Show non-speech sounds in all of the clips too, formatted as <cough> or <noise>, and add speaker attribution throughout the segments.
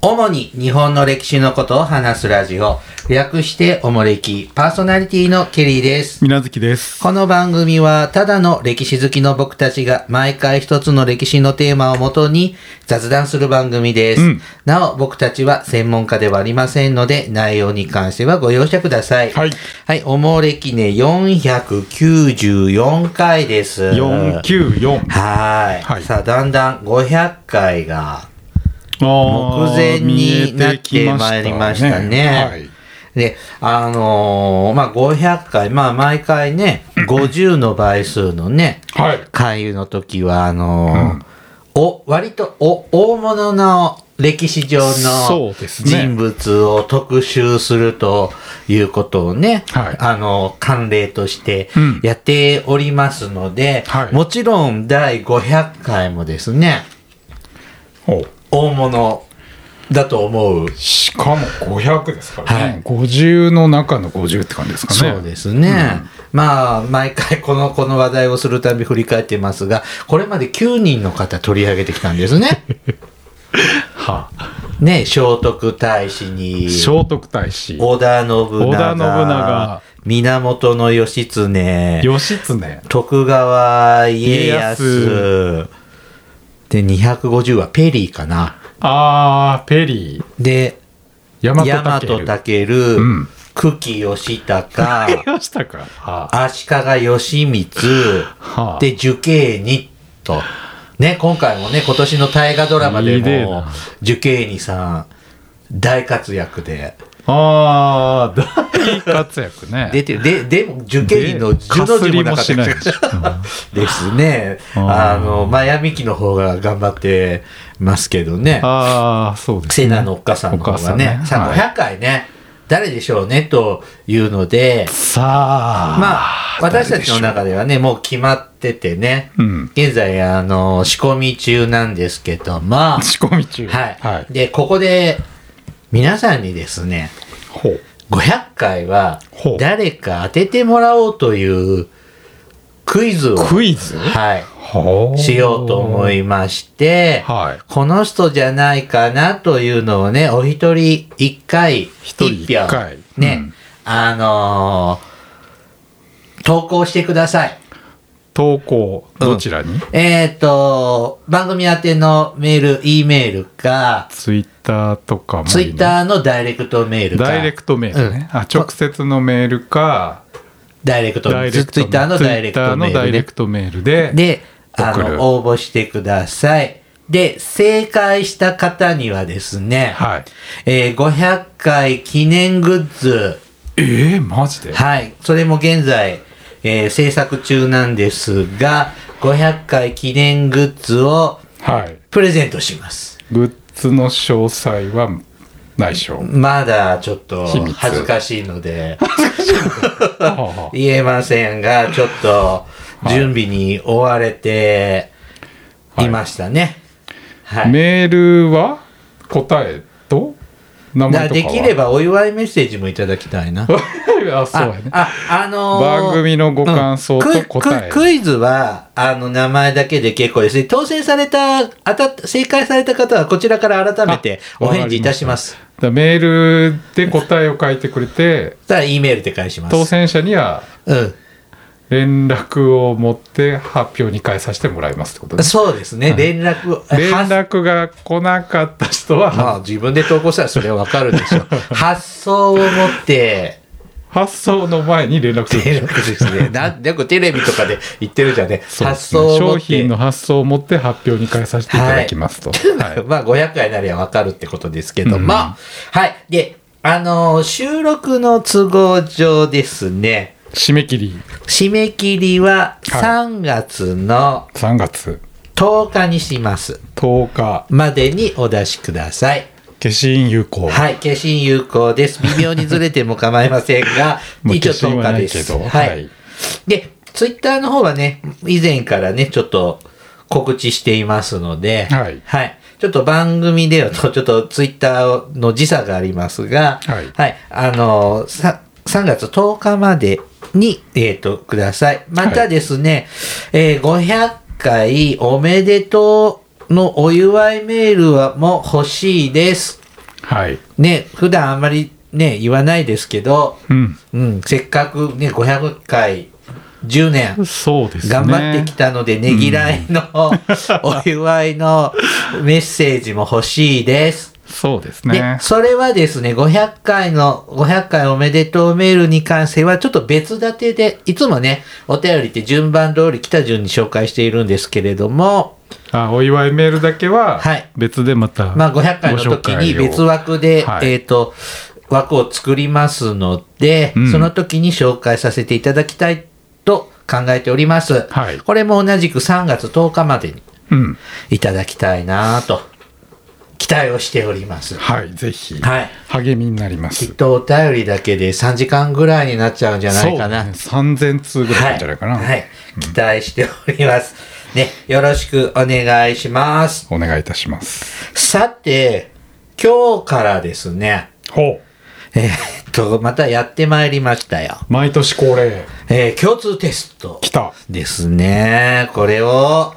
Speaker 1: 日本の歴史のことを話すラジオ略しておもれきパーソナリティのケリーです
Speaker 2: みなずきです。
Speaker 1: この番組はただの歴史好きの僕たちが毎回一つの歴史のテーマをもとに雑談する番組です、
Speaker 2: うん
Speaker 1: なお僕たちは専門家ではありませんので内容に関してはご容赦ください
Speaker 2: はい
Speaker 1: はい、おもれきね494回です
Speaker 2: 四九四。あ
Speaker 1: はい
Speaker 2: はい
Speaker 1: さあだんだん500回が
Speaker 2: ー
Speaker 1: 目前になってまいりましたね。
Speaker 2: はい。
Speaker 1: で、あのーまあ、500回、まあ、毎回ね、50の倍数のね、
Speaker 2: はい。
Speaker 1: 回遊の時は、あのーお、割とお、大物の歴史上
Speaker 2: そ
Speaker 1: の
Speaker 2: うですね
Speaker 1: 人物を特集するということをね、
Speaker 2: はい
Speaker 1: あのー、慣例として
Speaker 2: うん
Speaker 1: やっておりますので、
Speaker 2: はい
Speaker 1: もちろん第500回もですね、
Speaker 2: お
Speaker 1: 大物だと思う。
Speaker 2: しかも五百ですから
Speaker 1: はい
Speaker 2: ね。五十の中の五十って感じですかね。
Speaker 1: そうですね。まあ、毎回この、この話題をするたび振り返ってますが、これまで9人の方取り上げてきたんです
Speaker 2: <laughs>
Speaker 1: ね。
Speaker 2: はあ。
Speaker 1: ね、聖徳太子に、
Speaker 2: 聖
Speaker 1: 織
Speaker 2: 徳太子、
Speaker 1: 田信長、
Speaker 2: 織田信長
Speaker 1: 源義経、
Speaker 2: 義経、
Speaker 1: 徳川家
Speaker 2: 家
Speaker 1: 康、で、250はペリーかな。
Speaker 2: あーペリー、
Speaker 1: で、
Speaker 2: 大
Speaker 1: 大
Speaker 2: 和
Speaker 1: 和
Speaker 2: 武尊、
Speaker 1: 健、
Speaker 2: うん
Speaker 1: 久喜義高、
Speaker 2: <laughs> 吉高、はあ、
Speaker 1: 足利義満、
Speaker 2: はあ、
Speaker 1: で、受刑にと。ね、今回もね、今年の大河ドラマで
Speaker 2: いいね
Speaker 1: も、受刑にさん、大活躍で。
Speaker 2: あー大活躍ね。
Speaker 1: 出てる。で、でも、受刑人の
Speaker 2: で
Speaker 1: 十の字もなか
Speaker 2: か
Speaker 1: っ
Speaker 2: すりも
Speaker 1: た <laughs>
Speaker 2: しないでしょ
Speaker 1: ですね。
Speaker 2: あー
Speaker 1: あの、マヤミキの方が頑張ってますけどね。
Speaker 2: ああそうです
Speaker 1: セナのおっかさんの方
Speaker 2: おっかさ
Speaker 1: が
Speaker 2: んね
Speaker 1: ね。さあ、
Speaker 2: はい
Speaker 1: 500回ね、誰でしょうね、というので、
Speaker 2: さあ
Speaker 1: まあ、私たちの中ではね、もう決まっててね。
Speaker 2: うん
Speaker 1: 現在、あの、仕込み中なんですけども、は
Speaker 2: 仕込み中
Speaker 1: い。で、ここで、皆さんにですね、
Speaker 2: ほう
Speaker 1: 500回は
Speaker 2: ほう、
Speaker 1: 誰か当ててもらおうという、クイズを、
Speaker 2: クイズ
Speaker 1: はい、
Speaker 2: ほう
Speaker 1: しようと思いまして、
Speaker 2: はい
Speaker 1: この人じゃないかなというのをね、お一人一回、
Speaker 2: 一人一
Speaker 1: 票
Speaker 2: 回
Speaker 1: ね、
Speaker 2: うん
Speaker 1: あのー投稿してください。
Speaker 2: 投稿どちらに、
Speaker 1: えっ、と、番組宛てのメール、E メールか、
Speaker 2: ツイッターとかもいいね
Speaker 1: ツイッターのダイレクトメールか。
Speaker 2: ダイレクトメールね、
Speaker 1: うん
Speaker 2: あ直接のメールか
Speaker 1: ダイレクト
Speaker 2: ダイレクト
Speaker 1: ツイッターのダイレクトメ
Speaker 2: ツイッターのダ
Speaker 1: ール
Speaker 2: イレ
Speaker 1: で
Speaker 2: クトメールで
Speaker 1: で、あ
Speaker 2: 送る
Speaker 1: の、応募してください。で、正解した方にはですね、
Speaker 2: はい
Speaker 1: えー500回記念グッズ、
Speaker 2: えー、マジで
Speaker 1: はい、それも現在、えー制作中なんですが、500回記念グッズを
Speaker 2: はい
Speaker 1: プレゼントします。
Speaker 2: グッズの詳細は内緒
Speaker 1: まだちょっと
Speaker 2: 秘密
Speaker 1: 恥ずかしいので、 <laughs>
Speaker 2: あー
Speaker 1: 言えませんが、ちょっと準備に追われていましたね。はい。
Speaker 2: メールは答えと名
Speaker 1: だから
Speaker 2: 前とか
Speaker 1: で
Speaker 2: は
Speaker 1: きればお祝いメッセージもいただきた
Speaker 2: <laughs>
Speaker 1: いな。
Speaker 2: あそうやね
Speaker 1: あ、ああのー
Speaker 2: 番組のご感想と
Speaker 1: うんクイ
Speaker 2: 答え
Speaker 1: クイクイズは、あの、名前だけで結構ですね。当選された、当たっ正解された方はこちらから改めて
Speaker 2: あ
Speaker 1: お返事いたします。
Speaker 2: だからメールで答えを書いてくれて
Speaker 1: ただ、E メールで返します。
Speaker 2: 当選者には
Speaker 1: うん。
Speaker 2: 連絡を持って発表に返させてもらいますってことです
Speaker 1: そうですね。連絡を、
Speaker 2: 連
Speaker 1: 発
Speaker 2: 絡が来なかった人
Speaker 1: まあ
Speaker 2: は
Speaker 1: 自分で投稿したらそれはわかるでしょ。
Speaker 2: <laughs>
Speaker 1: 発想を持って、
Speaker 2: 発送の前に連絡す
Speaker 1: 出
Speaker 2: る
Speaker 1: るですね。なんよくテレビとかで言ってるじゃんね。
Speaker 2: そうで
Speaker 1: 発
Speaker 2: すね
Speaker 1: 想を持
Speaker 2: 商
Speaker 1: って。
Speaker 2: 品の発送を持って発表に返させていただきますと、はい
Speaker 1: <laughs> まあ500回なりゃわかるってことですけども、
Speaker 2: うん
Speaker 1: はい。で、あのー収録の都合上ですね、
Speaker 2: 締め切り
Speaker 1: 締め切りは
Speaker 2: はい
Speaker 1: 3月の
Speaker 2: 3月
Speaker 1: 10日にします。
Speaker 2: 10日
Speaker 1: までにお出しください。
Speaker 2: 消印有効、
Speaker 1: はい、化身有効です。微妙にずれても構いませんが
Speaker 2: <laughs> もう
Speaker 1: 一応
Speaker 2: 消印
Speaker 1: 10
Speaker 2: は
Speaker 1: 日
Speaker 2: ない
Speaker 1: で
Speaker 2: け
Speaker 1: す。
Speaker 2: ど
Speaker 1: はい。
Speaker 2: はい
Speaker 1: で、ツイッターの方はね、以前からね、ちょっと告知していますので、
Speaker 2: はい
Speaker 1: ちょっと番組では <laughs> と、ちょっとツイッターの時差がありますが、
Speaker 2: はい
Speaker 1: あの、さ3月10日までに、えっ、と、ください。またですね、えー500回おめでとうのお祝いメールはも欲しいです。
Speaker 2: はい。
Speaker 1: ね、普段あんまりね、言わないですけど、
Speaker 2: うん。
Speaker 1: うん、せっかくね、500回、10年、
Speaker 2: そうですね。
Speaker 1: 頑張ってきたので、ねぎらい
Speaker 2: <laughs>
Speaker 1: の、お祝いのメッセージも欲しいです。
Speaker 2: そうです
Speaker 1: で
Speaker 2: ね、。
Speaker 1: それはですね、500回の、500回おめでとうメールに関しては、ちょっと別立てで、いつもね、お便りって順番通り来た順に紹介しているんですけれども、
Speaker 2: あお祝いメールだけは
Speaker 1: はい
Speaker 2: 別でまた、
Speaker 1: まあ、500回の
Speaker 2: ご紹
Speaker 1: 時
Speaker 2: 介を
Speaker 1: に別枠で、
Speaker 2: はい
Speaker 1: えっ、と、枠を作りますので、
Speaker 2: うん
Speaker 1: その時に紹介させていただきたいと考えております。
Speaker 2: はい
Speaker 1: これも同じく3月10日までに
Speaker 2: うん。
Speaker 1: いただきたいなと、期待をしております。
Speaker 2: はい。ぜひ、
Speaker 1: はい。
Speaker 2: 励みになりま
Speaker 1: きっ
Speaker 2: す。
Speaker 1: とお便りだけで3時間ぐらいになっちゃうんじゃないかな。
Speaker 2: そうですね。3000通ぐらいなんじゃないかな。
Speaker 1: はい。はい期待しております。ね、よろしくお願いします。
Speaker 2: お願いいたします。
Speaker 1: さて、今日からですね、
Speaker 2: ほう。
Speaker 1: えーっと、またやってまいりましたよ。
Speaker 2: 毎年恒例。
Speaker 1: えー共通テスト
Speaker 2: 来た。
Speaker 1: ですね。これを、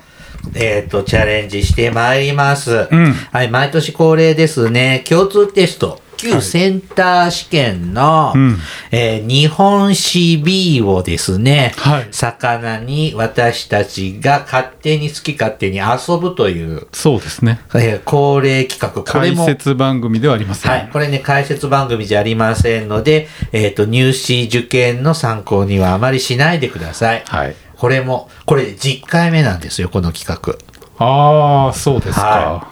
Speaker 1: えーっと、チャレンジしてまいります。
Speaker 2: うん
Speaker 1: はい、毎年恒例ですね。共通テスト。旧センター試験の、
Speaker 2: うん
Speaker 1: えー日本史 B をですね、
Speaker 2: はい
Speaker 1: 魚に私たちが勝手に好き勝手に遊ぶという、
Speaker 2: そうですね。
Speaker 1: えー恒例企画。これ
Speaker 2: 解
Speaker 1: も
Speaker 2: 説番組ではありません。
Speaker 1: はい。これね、解説番組じゃありませんので、えっ、と、入試受験の参考にはあまりしないでください。
Speaker 2: はい
Speaker 1: これも、これ10回目なんですよ、この企画。
Speaker 2: ああ、そうですか、
Speaker 1: は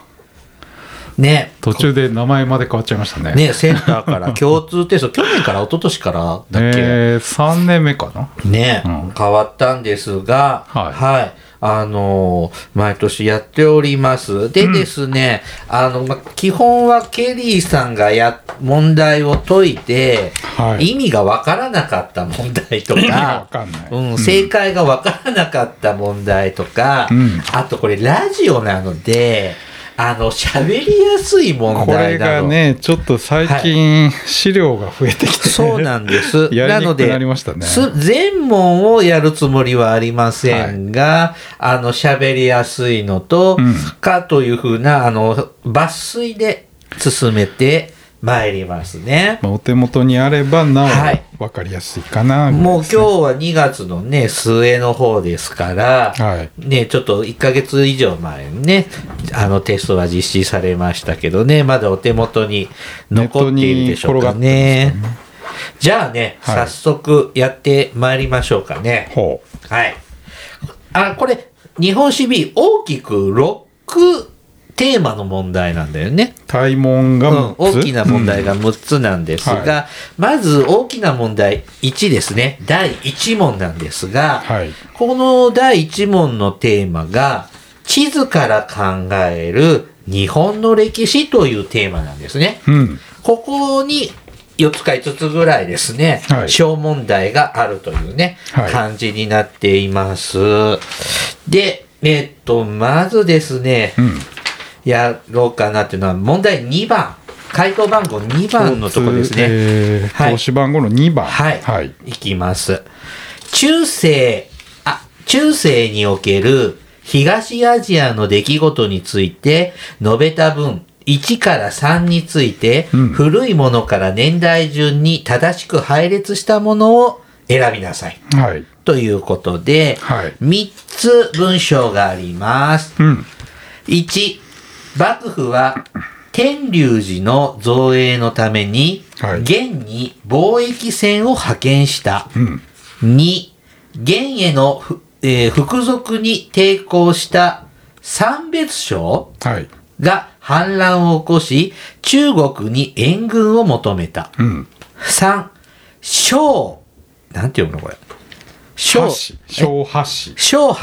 Speaker 1: ね。
Speaker 2: 途中で名前まで変わっちゃいましたね。
Speaker 1: ね、センター
Speaker 2: <laughs>
Speaker 1: から共通テスト、去年から一昨年からだっけ、
Speaker 2: えー、3年目かな。
Speaker 1: ね、
Speaker 2: うん
Speaker 1: 変わったんですが、
Speaker 2: はい
Speaker 1: あのー毎年やっております。でですね、あの、ま、基本はケリーさんがや、問題を解いて、
Speaker 2: はい
Speaker 1: 意味がわからなかった問題と
Speaker 2: 意味がわ
Speaker 1: か、
Speaker 2: かんない。
Speaker 1: うん、正解がわからなかった問題とか、
Speaker 2: うん
Speaker 1: あとこれラジオなので、あの、喋りやすい問
Speaker 2: これ
Speaker 1: 題な
Speaker 2: が
Speaker 1: の。
Speaker 2: ね、ちょっと最近、資料が増えてきて、
Speaker 1: そうなんです。
Speaker 2: <laughs> やりに
Speaker 1: の
Speaker 2: く
Speaker 1: で
Speaker 2: くなりましたね。
Speaker 1: す全問をやるつもりはありませんが、あの、喋りやすいのと、
Speaker 2: うん
Speaker 1: かというふうな、あの、抜粋で進めてまいりますね。
Speaker 2: まあ、お手元にあれば、な
Speaker 1: はい
Speaker 2: お分かりやすいかな、
Speaker 1: もう今日は2月のね、末の方ですから、
Speaker 2: はい
Speaker 1: ね、ちょっと1ヶ月以上前にね、あのテストは実施されましたけどね、まだお手元に残っているでしょうか
Speaker 2: ネッ
Speaker 1: ね
Speaker 2: トに転がって。
Speaker 1: じゃあね、
Speaker 2: はい
Speaker 1: 早速やってまいりましょうかね。
Speaker 2: ほう。
Speaker 1: はい。あ、これ、日本史 B 大きく6テーマの問題なんだよね。
Speaker 2: 体門
Speaker 1: う
Speaker 2: が
Speaker 1: ん、
Speaker 2: 6つ、
Speaker 1: 大きな問題が6つなんですが、
Speaker 2: うんは
Speaker 1: まず大きな問題1ですね。第1問なんですが、
Speaker 2: はい
Speaker 1: この第1問のテーマが、地図から考える日本の歴史というテーマなんですね。
Speaker 2: うん。うん。
Speaker 1: ここに4つか5つぐらいですね、
Speaker 2: はい
Speaker 1: 小問題があるというね、
Speaker 2: はい
Speaker 1: 感じになっています。で、えっと、まずですね、やろうかなっていうのは、問題2番、回答番号2番のとこですね。
Speaker 2: えー
Speaker 1: はい
Speaker 2: 投資番号の2番。
Speaker 1: はい。
Speaker 2: はい。
Speaker 1: いきます。中世、あ、中世における東アジアの出来事について述べた文、1から3について、
Speaker 2: うん
Speaker 1: 古いものから年代順に正しく配列したものを選びなさい。
Speaker 2: はい。
Speaker 1: ということで、
Speaker 2: はい
Speaker 1: 3つ文章があります。
Speaker 2: うん。
Speaker 1: 1、幕府は天龍寺の造営のために、
Speaker 2: はい
Speaker 1: 元に貿易船を派遣した。
Speaker 2: うん。
Speaker 1: 2、元へのふ、えー服属に抵抗した三別省
Speaker 2: はい。
Speaker 1: が反乱を起こし、中国に援軍を求めた。
Speaker 2: うん。
Speaker 1: 3、小、なんて読むのこれ。小、
Speaker 2: 橋。小橋。
Speaker 1: 小橋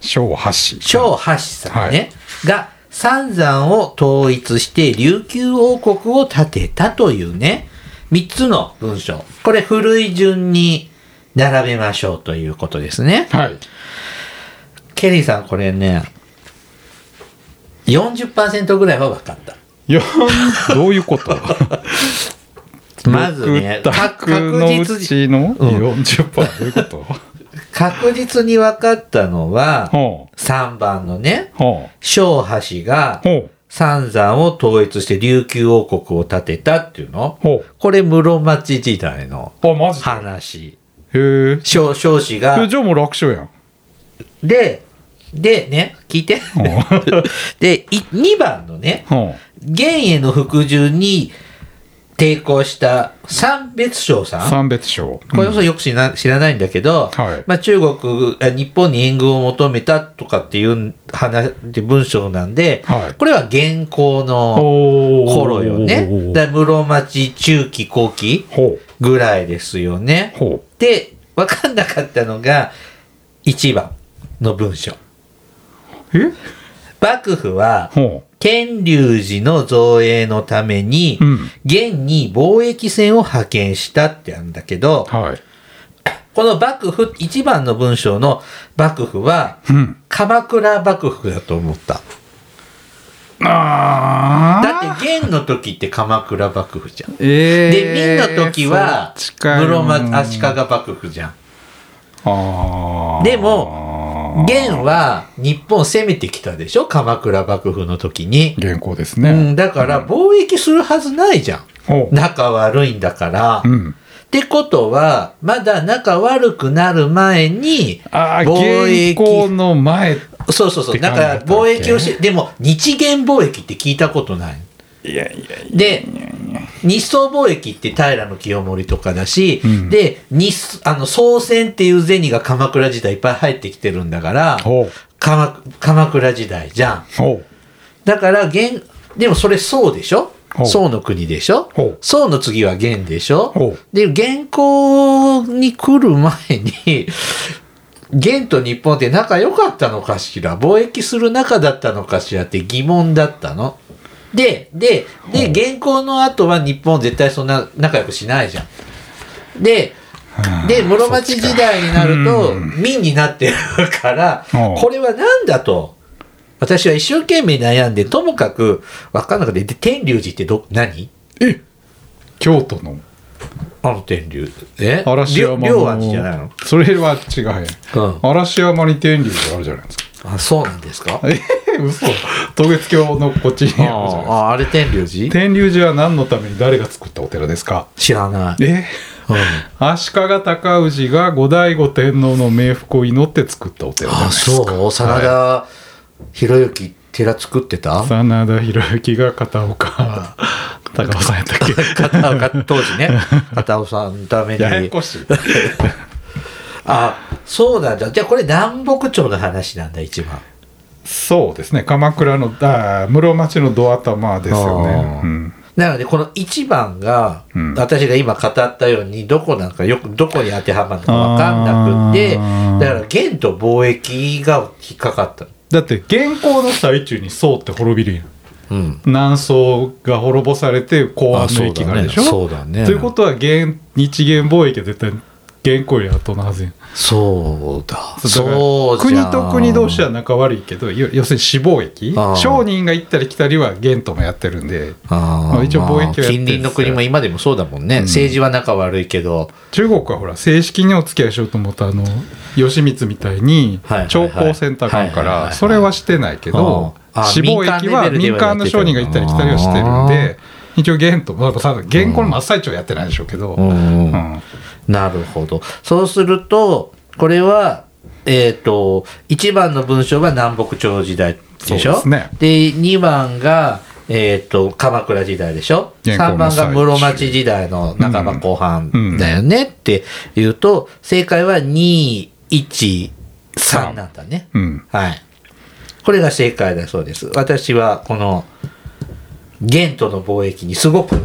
Speaker 2: 小橋。
Speaker 1: 小橋さん
Speaker 2: は
Speaker 1: ね、が三山を統一して琉球王国を建てたというね、三つの文章。これ古い順に並べましょうということですね。
Speaker 2: はい。
Speaker 1: ケリーさんこれね、40%ぐらいは分かった。
Speaker 2: いや、どういうこと
Speaker 1: <laughs> まずね、
Speaker 2: 六
Speaker 1: か
Speaker 2: 択のう
Speaker 1: 確実に、
Speaker 2: ちの
Speaker 1: うん
Speaker 2: 40%どういうこと
Speaker 1: 確実に分かったのは、
Speaker 2: ほう。
Speaker 1: 3番のね、
Speaker 2: ほう。
Speaker 1: 小橋が
Speaker 2: ほう。
Speaker 1: 三山を統一して琉球王国を建てたっていうの
Speaker 2: ほ
Speaker 1: これ室町時代の
Speaker 2: う。あ、マジ
Speaker 1: 話。
Speaker 2: でへえ。
Speaker 1: 少少子
Speaker 2: え
Speaker 1: が。
Speaker 2: じゃあもう楽勝やん。
Speaker 1: で、でね、聞いて。 <laughs> で、2番のね、
Speaker 2: ほ
Speaker 1: 元への服従に抵抗した三別省
Speaker 2: う。
Speaker 1: さん。
Speaker 2: 三別賞。
Speaker 1: これこそよく知ら知らないんだけど、
Speaker 2: はい
Speaker 1: まあ、中国あ日本に援軍を求めたとかっていう話文章なんで、
Speaker 2: はい
Speaker 1: これは現行の
Speaker 2: おー
Speaker 1: 頃よね。だから室町中期後期
Speaker 2: ほう。
Speaker 1: ぐらいですよね。
Speaker 2: ほ
Speaker 1: で、わかんなかったのが1番の文章。
Speaker 2: う。え
Speaker 1: 幕府は
Speaker 2: ほ
Speaker 1: 天龍寺の造営のために
Speaker 2: う。う、ん。
Speaker 1: 現に貿易船を派遣したってあるんだけど、
Speaker 2: はい。
Speaker 1: この幕府、一番の文章の幕府は、
Speaker 2: うん。
Speaker 1: 鎌倉幕府だと思った。
Speaker 2: あー。
Speaker 1: だって、元の時って鎌倉幕府じゃん。
Speaker 2: え
Speaker 1: で、明の時は、
Speaker 2: そっちかよ
Speaker 1: 室町、足利幕府じゃん。
Speaker 2: あー
Speaker 1: でも元は、日本を攻めてきたでしょ鎌倉幕府の時に。
Speaker 2: 現行です
Speaker 1: う
Speaker 2: ね。
Speaker 1: ん、だから、貿易するはずないじゃん。
Speaker 2: ほう。
Speaker 1: 仲悪いんだから。
Speaker 2: う
Speaker 1: っ
Speaker 2: ん。
Speaker 1: てことは、まだ仲悪くなる前に、
Speaker 2: ああ、
Speaker 1: 貿易
Speaker 2: 現行の前。
Speaker 1: そうそうそ
Speaker 2: っ
Speaker 1: う。
Speaker 2: て考
Speaker 1: だ
Speaker 2: え
Speaker 1: か
Speaker 2: たわ
Speaker 1: ら
Speaker 2: け
Speaker 1: 貿易をして、でも日元貿易って聞いたことない。
Speaker 2: いやいやい
Speaker 1: で、日宋貿易って平清盛とかだし、
Speaker 2: うん
Speaker 1: で、日、あの、宋銭っていう銭が鎌倉時代いっぱい入ってきてるんだから、
Speaker 2: ほう。
Speaker 1: 鎌鎌倉時代じゃん。
Speaker 2: ほ
Speaker 1: だから、元、でもそれ宋でしょ
Speaker 2: ほう
Speaker 1: 宋の国でしょ
Speaker 2: ほう
Speaker 1: 宋の次は元でしょ
Speaker 2: ほ
Speaker 1: で、元寇に来る前に、元と日本って仲良かったのかしら貿易する仲だったのかしらって疑問だったの。で、で、で、元寇の後は日本絶対そんな仲良くしないじゃん。で、で、室町時代になると、民になってるから、
Speaker 2: ほう
Speaker 1: これは何だと。私は一生懸命悩んで、ともかく分かんなくて、で天龍寺ってど、何
Speaker 2: う。京都の
Speaker 1: あの天龍。え
Speaker 2: 嵐山の。
Speaker 1: りょ両安じゃないの
Speaker 2: それは違うやん。
Speaker 1: うん
Speaker 2: 嵐山に天竜があるじゃないですか。
Speaker 1: あ、そうなんですかあ
Speaker 2: えー、 <laughs> 嘘。東月教のこっちにあるじゃないですか。
Speaker 1: あ、あれ天龍寺
Speaker 2: 天竜寺は何のために誰が作ったお寺ですか
Speaker 1: 知らない。
Speaker 2: え
Speaker 1: うん
Speaker 2: 足利尊氏が後醍醐天皇の冥福を祈って作ったお寺じゃない
Speaker 1: あ、
Speaker 2: ですか
Speaker 1: そう真田広之寺作ってた
Speaker 2: 真田広之が片岡高尾さんやったっけ
Speaker 1: <laughs> 片岡当時ね片尾さんのため
Speaker 2: やや
Speaker 1: に
Speaker 2: こしい
Speaker 1: あそうなんだじゃあこれ南北朝の話なんだ一番
Speaker 2: そうですね鎌倉のあー室町のド頭ですよね
Speaker 1: あー
Speaker 2: うん
Speaker 1: なのでこの1番が、
Speaker 2: うん
Speaker 1: 私が今語ったようにどこなんかよくどこに当てはまるのか分かんなくって
Speaker 2: あー
Speaker 1: だから元と貿易が引っかかった、
Speaker 2: だって現行の最中に宋って滅びるやん
Speaker 1: うん、
Speaker 2: 南宋が滅ぼされて公安の域があるでしょ
Speaker 1: そうだね
Speaker 2: ということは現日元貿易は絶対現行より後のはずやん
Speaker 1: そうだ
Speaker 2: だから
Speaker 1: そうじゃ
Speaker 2: 国
Speaker 1: ん
Speaker 2: と国同士は仲悪いけどよ要するに死貿易
Speaker 1: あー
Speaker 2: 商人が行ったり来たりは元ともやってるんで
Speaker 1: あ
Speaker 2: ま
Speaker 1: ー
Speaker 2: あ一応貿易はやってるんですよ
Speaker 1: 近隣の国も今でもそうだもんね、政治は仲悪いけど
Speaker 2: 中国はほら正式にお付き合いしようと思ったあの義満みたいに
Speaker 1: はいはいはい
Speaker 2: 朝貢センターがあるか
Speaker 1: はいはいはいは
Speaker 2: ら
Speaker 1: い
Speaker 2: それはしてないけど
Speaker 1: あーあー
Speaker 2: 死貿易は
Speaker 1: 民間レベ
Speaker 2: 民間
Speaker 1: ルではやってた
Speaker 2: の商人が行ったり来たりはしてるんで一応元とまあさ元行の真っ最中はやってないでしょうけど、
Speaker 1: うんうんうん
Speaker 2: うん
Speaker 1: なるほど。そうすると、これは、えっ、と、1番の文章が南北朝時代でしょ
Speaker 2: そうですね
Speaker 1: 2番が、えっ、と、鎌倉時代でしょ
Speaker 2: 現行
Speaker 1: ?3
Speaker 2: の
Speaker 1: 番が
Speaker 2: 最中
Speaker 1: 室町時代の半ば後半だよねって言うと、正解は2、1、3なんだね。
Speaker 2: うん
Speaker 1: はい。これが正解だそうです。私は、この、元との貿易にすごく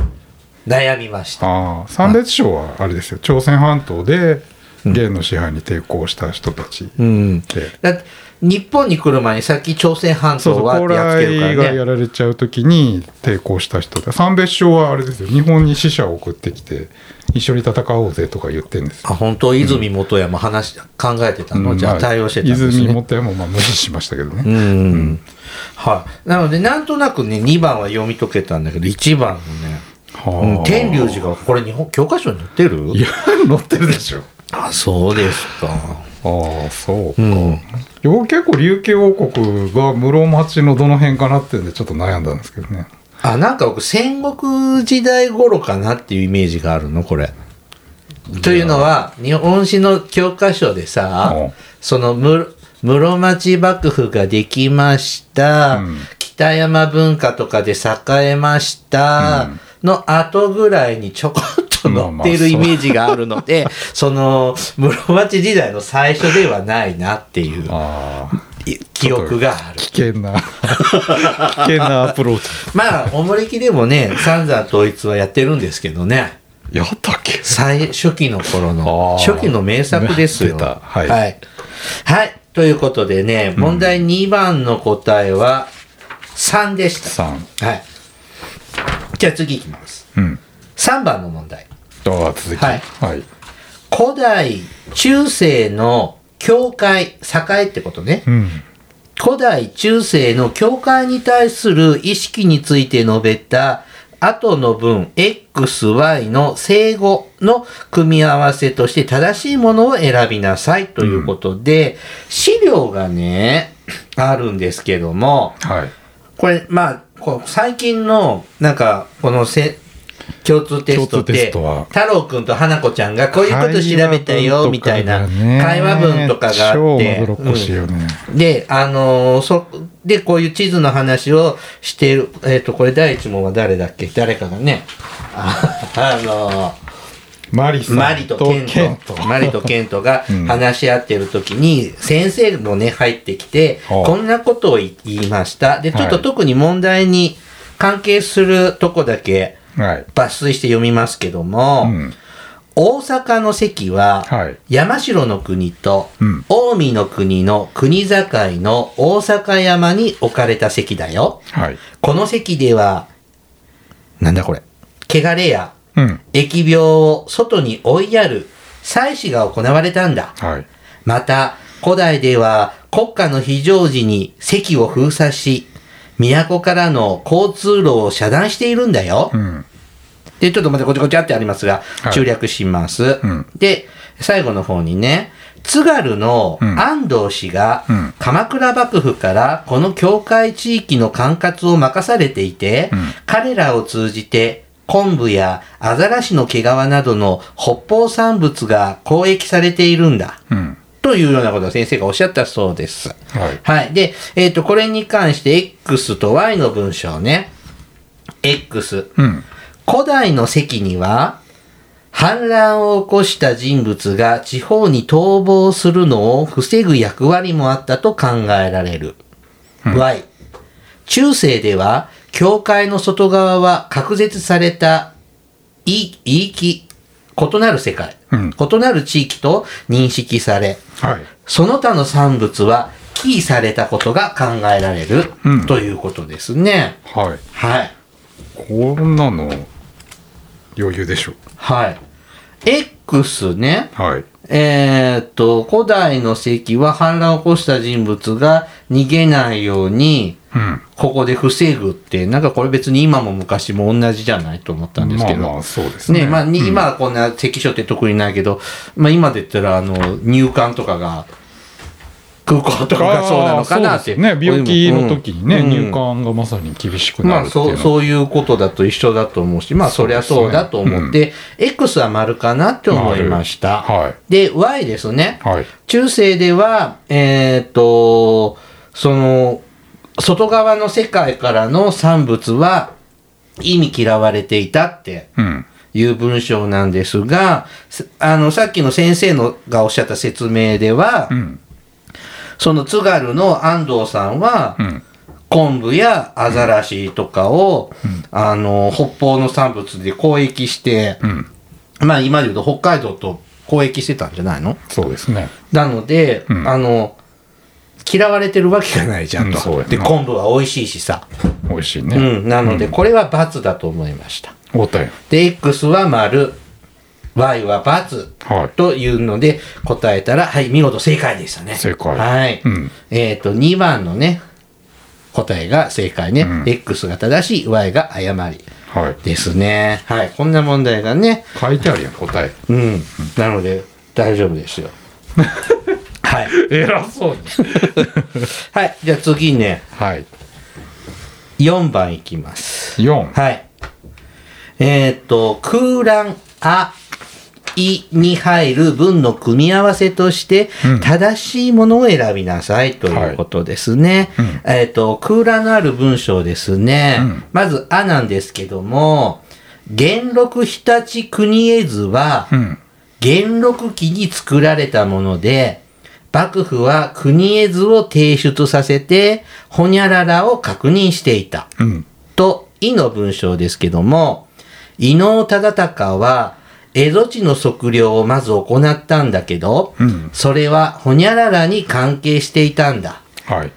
Speaker 1: 悩みました。
Speaker 2: ああ三列省はあれですよ朝鮮半島で元の支配に抵抗した人たち
Speaker 1: うん。
Speaker 2: で。
Speaker 1: だって日本に来る前に先朝鮮半
Speaker 2: そうそ
Speaker 1: 島
Speaker 2: う、
Speaker 1: はっ
Speaker 2: 高
Speaker 1: てやっつけ
Speaker 2: 麗
Speaker 1: るか
Speaker 2: が
Speaker 1: らね
Speaker 2: やられちゃうときに抵抗した人で、三別省はあれですよ、日本に死者を送ってきて、一緒に戦おうぜとか言ってんですよ。
Speaker 1: あ本当泉元也も話、考えてたの、
Speaker 2: うん
Speaker 1: じゃあ
Speaker 2: ま
Speaker 1: 対応してたんです
Speaker 2: 泉
Speaker 1: ね
Speaker 2: 元山もまあ無視しましたけど
Speaker 1: う
Speaker 2: ね。
Speaker 1: ん、はいなのでなんとなくね2番は読み解けたんだけど1番のね、うん
Speaker 2: はあ
Speaker 1: 天龍寺がこれ日本教科書に載ってる
Speaker 2: いや、乗ってるでしょ。
Speaker 1: あそうですか
Speaker 2: あああそうか、
Speaker 1: うん
Speaker 2: 僕結構琉球王国が室町のどの辺かなってんでちょっと悩んだんですけどね
Speaker 1: あ、なんか僕、戦国時代頃かなっていうイメージがあるの、これ。というのは、日本史の教科書でさ
Speaker 2: うん、
Speaker 1: その室室町幕府ができました、
Speaker 2: うん
Speaker 1: 北山文化とかで栄えました、の後ぐらいにちょこっと載っているイメージがあるので、その室町時代の最初ではないなっていう
Speaker 2: ああ
Speaker 1: 記憶がある。
Speaker 2: 危険な危険なアプローチ
Speaker 1: まあ、おもれきでもね、三山統一はやってるんですけどね。
Speaker 2: やったっけ
Speaker 1: 最初期の頃の
Speaker 2: あ、ー
Speaker 1: 初期の名作ですよ。
Speaker 2: 出たはい
Speaker 1: はい。はいということでね、問題2番の答えは3でした。
Speaker 2: 3
Speaker 1: はい。じゃあ次いきます。
Speaker 2: うん
Speaker 1: 3番の問題。
Speaker 2: ああ続き
Speaker 1: はい
Speaker 2: はい、
Speaker 1: 古代、中世の教会、栄ってことね。
Speaker 2: うん
Speaker 1: 古代中世の教会に対する意識について述べた後の文 XY の正語の組み合わせとして正しいものを選びなさいということで、資料がね、あるんですけども、
Speaker 2: はい
Speaker 1: これ、まあ、こう最近の、なんか、このせ、共通テストっ
Speaker 2: 共通テ
Speaker 1: て
Speaker 2: ストは、
Speaker 1: 太郎くんと花子ちゃんがこういうこと調べたよ、みたいな、会話文とかがあって、
Speaker 2: 超驚っこしいよね、
Speaker 1: で、あのーそ、で、こういう地図の話をしている、えっ、と、これ第一問は誰だっけ誰かがね、あ <laughs> あのー
Speaker 2: マリさん
Speaker 1: マリとケント、マリとケントが
Speaker 2: うん
Speaker 1: 話し合ってる時に、先生もね、入ってきて、
Speaker 2: はあ
Speaker 1: こんなことを言いました。で、ちょっと
Speaker 2: はい
Speaker 1: 特に問題に関係するとこだけ
Speaker 2: はい、
Speaker 1: 抜粋して読みますけども、
Speaker 2: うん、
Speaker 1: 大阪の関は、
Speaker 2: はい
Speaker 1: 山城の国と、
Speaker 2: うん
Speaker 1: 近江の国の国境の大阪山に置かれた席だよ。
Speaker 2: はい
Speaker 1: この席では、なんだこれ。汚れや
Speaker 2: うん
Speaker 1: 疫病を外に追いやる祭祀が行われたんだ。
Speaker 2: はい
Speaker 1: また、古代では国家の非常時に席を封鎖し、都からの交通路を遮断しているんだよ。
Speaker 2: うん
Speaker 1: で、ちょっと待って、こちこちあってありますが、
Speaker 2: はい
Speaker 1: 中略します。
Speaker 2: うん
Speaker 1: で、最後の方にね、津軽の
Speaker 2: うん
Speaker 1: 安藤氏が
Speaker 2: うん、
Speaker 1: 鎌倉幕府からこの境界地域の管轄を任されていて、
Speaker 2: うん
Speaker 1: 彼らを通じて、昆布やアザラシの毛皮などの北方産物が交易されているんだ。
Speaker 2: うん
Speaker 1: というようなことを先生がおっしゃったそうです。
Speaker 2: はい
Speaker 1: はい。で、えっ、と、これに関して X と Y の文章ね。X。
Speaker 2: うん
Speaker 1: 古代の席には、反乱を起こした人物が地方に逃亡するのを防ぐ役割もあったと考えられる。Y。中世では、教会の外側は隔絶された異異域、異なる世界、
Speaker 2: うん
Speaker 1: 異なる地域と認識され、
Speaker 2: はい
Speaker 1: その他の産物は寄されたことが考えられる、
Speaker 2: うん
Speaker 1: ということですね。
Speaker 2: はい
Speaker 1: はい。
Speaker 2: こんなの余裕でしょ
Speaker 1: はい。X ね。
Speaker 2: はい
Speaker 1: えーっと、古代の石は反乱を起こした人物が逃げないように、
Speaker 2: うん
Speaker 1: ここで防ぐって、なんかこれ別に今も昔も同じじゃないと思ったんですけど。
Speaker 2: まあまあそうですね
Speaker 1: ねまあ、に
Speaker 2: うん
Speaker 1: 今はこんな関所って特にないけど、まあ今で言ったら、あの、入管とかが、空港とかがそうなのかな
Speaker 2: あ
Speaker 1: っ
Speaker 2: ー
Speaker 1: て。
Speaker 2: そうですね病気の時にね、
Speaker 1: うん
Speaker 2: 入管がまさに厳しくな
Speaker 1: ま
Speaker 2: る
Speaker 1: あ
Speaker 2: っていう
Speaker 1: そうそういうことだと一緒だと思うし、まあそりゃそうだと思って、X は丸かなって思いました。
Speaker 2: 丸はい
Speaker 1: で、Y ですね。
Speaker 2: はい
Speaker 1: 中世では、えっ、と、その、外側の世界からの産物は意味嫌われていたって
Speaker 2: うん
Speaker 1: いう文章なんですが、すあの、さっきの先生のがおっしゃった説明では、
Speaker 2: うん
Speaker 1: その津軽の安藤さんは、
Speaker 2: うん
Speaker 1: 昆布やアザラシとかを、あの、北方の産物で交易して、
Speaker 2: うん
Speaker 1: まあ今で言うと北海道と交易してたんじゃないの
Speaker 2: そうですね
Speaker 1: なので、
Speaker 2: うん
Speaker 1: あの、嫌われてるわけがないじゃん
Speaker 2: うんそう
Speaker 1: と。
Speaker 2: やな
Speaker 1: で、昆布は美味しいしさ。
Speaker 2: 美味しいうね、
Speaker 1: ん。なので、これは罰だと思いました。
Speaker 2: おったよ
Speaker 1: で、X は丸、Y は×
Speaker 2: はい
Speaker 1: というので答えたら、はい、見事正解でしたね。
Speaker 2: 正解
Speaker 1: はい。
Speaker 2: うん
Speaker 1: えっ、と、2番のね、答えが正解ね。
Speaker 2: うん
Speaker 1: X が正しい、Y が誤り
Speaker 2: はい
Speaker 1: ですね。はい。こんな問題がね、
Speaker 2: 書いてあるやん答え <laughs>
Speaker 1: うん。なので、大丈夫ですよ。はい。
Speaker 2: 偉そうに。
Speaker 1: はい。じゃあ次ね、
Speaker 2: はい。
Speaker 1: 4番いきます。
Speaker 2: 4。
Speaker 1: はい。えーっと、空欄、あ、いに入る文の組み合わせとして
Speaker 2: うん、
Speaker 1: 正しいものを選びなさいということですね。えーっと、空欄のある文章ですね。
Speaker 2: うん
Speaker 1: まず、あなんですけども、元禄日立国絵図は、
Speaker 2: うん。
Speaker 1: 元禄期に作られたもので、幕府は国絵図を提出させて、ほにゃららを確認していた。
Speaker 2: うん。
Speaker 1: と、いの文章ですけども、伊能忠敬は、蝦夷地の測量をまず行ったんだけど、
Speaker 2: うん
Speaker 1: それはほにゃららに関係していたんだ。
Speaker 2: はい。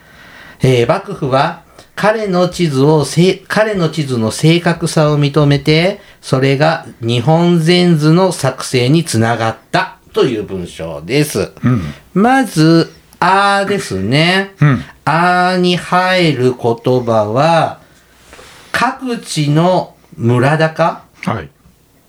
Speaker 1: えー幕府は彼の地図をせい、彼の地図の正確さを認めて、それが日本全図の作成につながったという文章です。
Speaker 2: うん。
Speaker 1: まず、あーですね。
Speaker 2: うん。
Speaker 1: あーに入る言葉は、各地の村高、
Speaker 2: はい。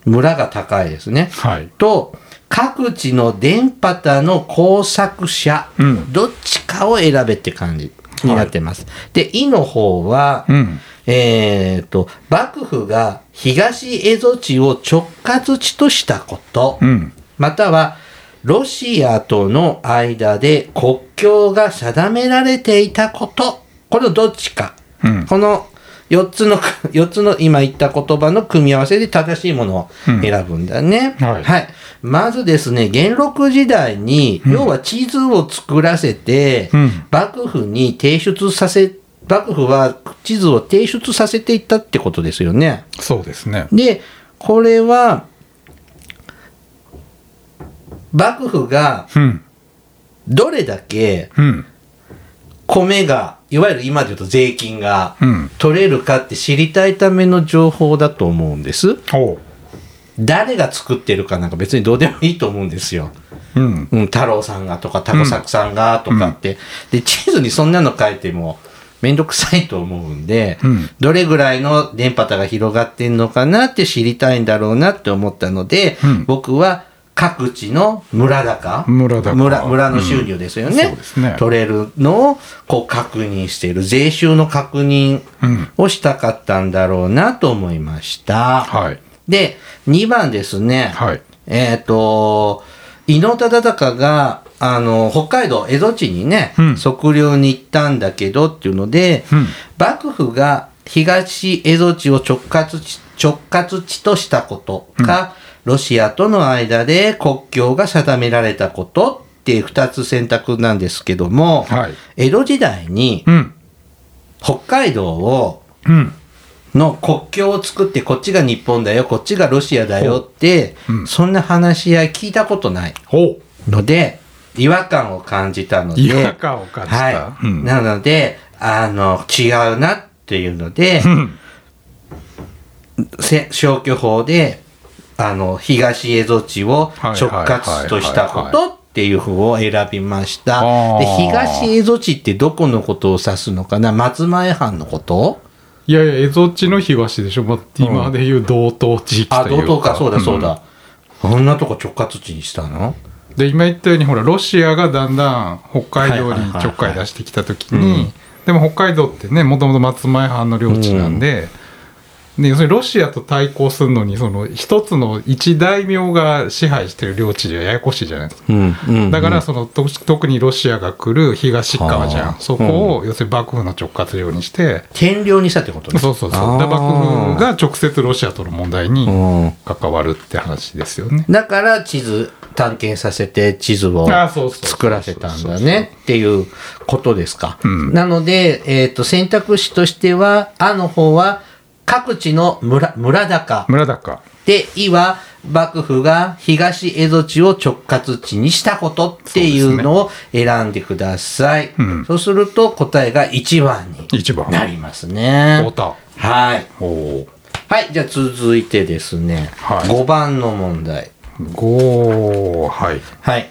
Speaker 1: 村が高いですね。
Speaker 2: はい。
Speaker 1: と、各地の電波たの工作者、
Speaker 2: うん
Speaker 1: どっちかを選べって感じになってます。で、いの方は、
Speaker 2: うん。
Speaker 1: えっと、幕府が東蝦夷地を直轄地としたこと。
Speaker 2: うん。
Speaker 1: またはロシアとの間で国境が定められていたこと、これをどっちか、
Speaker 2: うん
Speaker 1: この4つの、4つ <laughs> の今言った言葉の組み合わせで正しいものを
Speaker 2: うん
Speaker 1: 選ぶんだね。
Speaker 2: はい
Speaker 1: まずですね、元禄時代に、要は地図を作らせて、
Speaker 2: うん
Speaker 1: 幕府に提出させ、幕府は地図を提出させていったってことですよね。
Speaker 2: そうですね。
Speaker 1: で、これは、幕府が
Speaker 2: うん。
Speaker 1: どれだけ
Speaker 2: うん。
Speaker 1: 米が、いわゆる今で言うと税金が
Speaker 2: うん。
Speaker 1: 取れるかって知りたいための情報だと思うんです。
Speaker 2: おう。
Speaker 1: 誰が作ってるかなんか別にどうでもいいと思うんですよ。
Speaker 2: うん。
Speaker 1: うん、太郎さんがとか、タコサクさんがとかって。で、地図にそんなの書いても、めんどくさいと思うんで、
Speaker 2: うん
Speaker 1: どれぐらいの電波が広がってんのかなって知りたいんだろうなって思ったので、
Speaker 2: うん
Speaker 1: 僕は各地の村高
Speaker 2: 村高
Speaker 1: 村村の収入ですよね,、
Speaker 2: うんそうですね
Speaker 1: 取れるのをこう確認している税収の確認
Speaker 2: うん。
Speaker 1: をしたかったんだろうなと思いました、
Speaker 2: はい。
Speaker 1: で2番ですね、
Speaker 2: はい。
Speaker 1: えっ、と、伊能忠敬が、あの、北海道、蝦夷地にね、
Speaker 2: うん
Speaker 1: 測量に行ったんだけどっていうので、
Speaker 2: うん
Speaker 1: 幕府が東蝦夷地を直轄地、直轄地としたことか、ロシアとの間で国境が定められたことっていう二つ選択なんですけども、
Speaker 2: はい。
Speaker 1: 江戸時代に
Speaker 2: うん。
Speaker 1: 北海道を
Speaker 2: うん。
Speaker 1: の国境を作ってこっちが日本だよこっちがロシアだよって、
Speaker 2: ほううん
Speaker 1: そんな話し合い聞いたことない
Speaker 2: おう。
Speaker 1: ので違和感を感じたので
Speaker 2: 違和感を感じた。
Speaker 1: はい
Speaker 2: うん。
Speaker 1: なのであの違うなっていうので
Speaker 2: うん。
Speaker 1: せ消去法であの東蝦夷地を
Speaker 2: はい
Speaker 1: 直轄としたこ
Speaker 2: はいはいはい
Speaker 1: とっていう風を選びました
Speaker 2: あー
Speaker 1: で東蝦夷地ってどこのことを指すのかな松前藩のこと
Speaker 2: いやいや、蝦夷地の東でしょ。まあ、今でいう道東地域という
Speaker 1: あ
Speaker 2: か。
Speaker 1: 同等かそうだそう
Speaker 2: うん
Speaker 1: だ、こんなとこ直轄地にしたの
Speaker 2: で今言ったようにほらロシアがだんだん北海道
Speaker 1: はいはいはい
Speaker 2: に
Speaker 1: はい
Speaker 2: ちょっかい出してきた時
Speaker 1: う
Speaker 2: に
Speaker 1: ん
Speaker 2: でも北海道ってねもともと松前藩の領地なんで,、で要するにロシアと対抗するのにその一つの一大名が支配してる領地じゃややこしいじゃないですか。
Speaker 1: うんうん
Speaker 2: だからそのと特にロシアが来る東側じゃ
Speaker 1: は
Speaker 2: ん
Speaker 1: あ
Speaker 2: そこを要するに幕府の直轄領にして
Speaker 1: 天領にしたってことね
Speaker 2: そうそうそうで幕府が直接ロシアとの問題
Speaker 1: あ
Speaker 2: に
Speaker 1: ーうん
Speaker 2: 関わるって話ですよね。
Speaker 1: だから地図探検させて地図を
Speaker 2: あそうそうそう
Speaker 1: 作らせたんだねっていうことですか。
Speaker 2: うん
Speaker 1: なので、えっと選択肢としては「あ」の方は各地の村村高
Speaker 2: 村高
Speaker 1: で「い」は幕府が東蝦夷地を直轄地にしたことっていうのを選んでください。そう,、
Speaker 2: うん
Speaker 1: すると答えが1番に
Speaker 2: 一番
Speaker 1: なりますね
Speaker 2: 太。田
Speaker 1: はい。
Speaker 2: おお
Speaker 1: はい、じゃあ続いてですね、
Speaker 2: はい
Speaker 1: 5番の問題。
Speaker 2: 五はい。
Speaker 1: はい。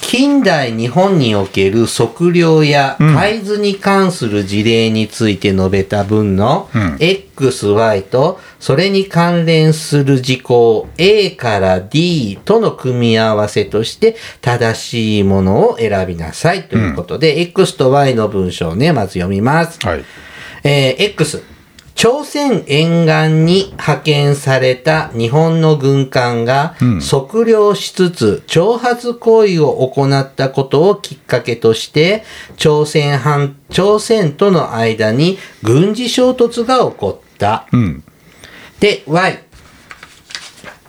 Speaker 1: 近代日本における測量や
Speaker 2: うん
Speaker 1: 海図に関する事例について述べた文の
Speaker 2: うん
Speaker 1: X XY とそれに関連する事項 A から D との組み合わせとして正しいものを選びなさいということで、X と Y の文章をね、まず読みます。
Speaker 2: はい。
Speaker 1: えー X 朝鮮沿岸に派遣された日本の軍艦が
Speaker 2: うん
Speaker 1: 測量しつつ挑発行為を行ったことをきっかけとして朝鮮半朝鮮との間に軍事衝突が起こった。
Speaker 2: うん。
Speaker 1: で、Y。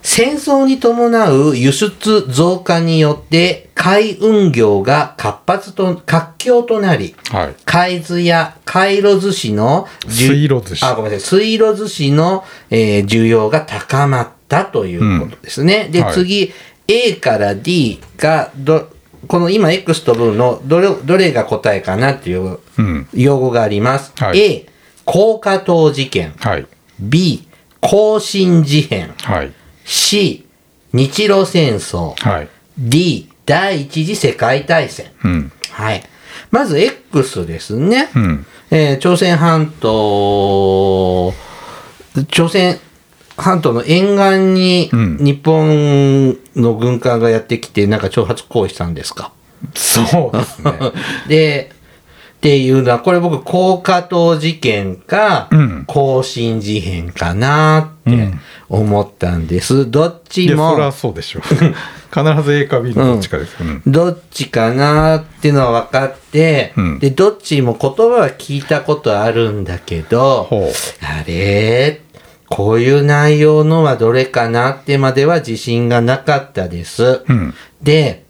Speaker 1: 戦争に伴う輸出増加によって海運業が活発と、活況となり、
Speaker 2: はい。
Speaker 1: 海津や回路寿司のじゅ
Speaker 2: 水路寿司
Speaker 1: あ、ごめんなさい。水路寿司の、えー需要が高まったということですね。で、
Speaker 2: はい
Speaker 1: 次、A から D がど、この今 X と分のどれどれが答えかなっていう
Speaker 2: うん。
Speaker 1: 用語があります。
Speaker 2: はい
Speaker 1: A、高架塔事件。
Speaker 2: はい。
Speaker 1: B、更新事変。
Speaker 2: はい。
Speaker 1: C、日露戦争。
Speaker 2: はい。
Speaker 1: D、第一次世界大戦。
Speaker 2: うん。
Speaker 1: はい。まず X ですね。
Speaker 2: うん。
Speaker 1: えー朝鮮半島、朝鮮半島の沿岸に
Speaker 2: うん
Speaker 1: 日本の軍艦がやってきて、なんか挑発行為したんですか。
Speaker 2: そうです
Speaker 1: <laughs>
Speaker 2: ね。
Speaker 1: で、っていうのは、これ僕、高架島事件か
Speaker 2: うん、
Speaker 1: 更新事変かなっ
Speaker 2: う
Speaker 1: て
Speaker 2: ん
Speaker 1: 思ったんです。どっ
Speaker 2: い
Speaker 1: ち
Speaker 2: や、そりゃ
Speaker 1: も、
Speaker 2: そうでしょう。 <laughs> 必ず A か B のどっちかです。うん。
Speaker 1: どっちかなっていうのは分かって
Speaker 2: うん、
Speaker 1: で、どっちも言葉は聞いたことあるんだけど、
Speaker 2: ほう。
Speaker 1: あれこういう内容のはどれかなってまでは自信がなかったです。
Speaker 2: うん。
Speaker 1: で、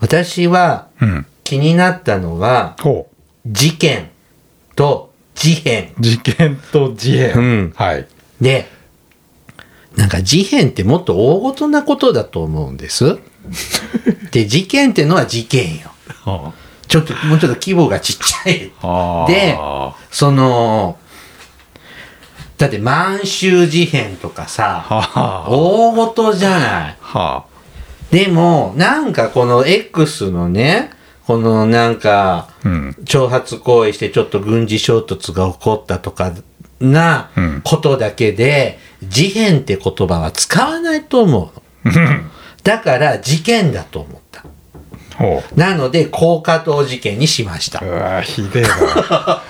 Speaker 1: 私は
Speaker 2: うん。
Speaker 1: 気になったのは、
Speaker 2: ほ
Speaker 1: 事件と事変。
Speaker 2: う。事件と事
Speaker 1: う
Speaker 2: 変。
Speaker 1: ん
Speaker 2: はい。
Speaker 1: で、なんか事変ってもっと大ごとなことだと思うん
Speaker 2: <laughs>
Speaker 1: です。で、事件ってのは事件よ。
Speaker 2: は
Speaker 1: ちょっと、もうちょっと規模がちっちゃい。
Speaker 2: あ
Speaker 1: で
Speaker 2: は
Speaker 1: その、だって満州事変とかさ、
Speaker 2: あ。
Speaker 1: 大事じゃない。
Speaker 2: は
Speaker 1: でも、なんかこの X のね、このなんか、
Speaker 2: あ。うん。
Speaker 1: 挑発行為してちょっと軍事衝突が起こったとかな
Speaker 2: うん
Speaker 1: ことだけで、事変って言葉は使わないと思う。だから事件だと思った。
Speaker 2: ほ
Speaker 1: なので、高架塔事件にしました
Speaker 2: う。う。わひでえな。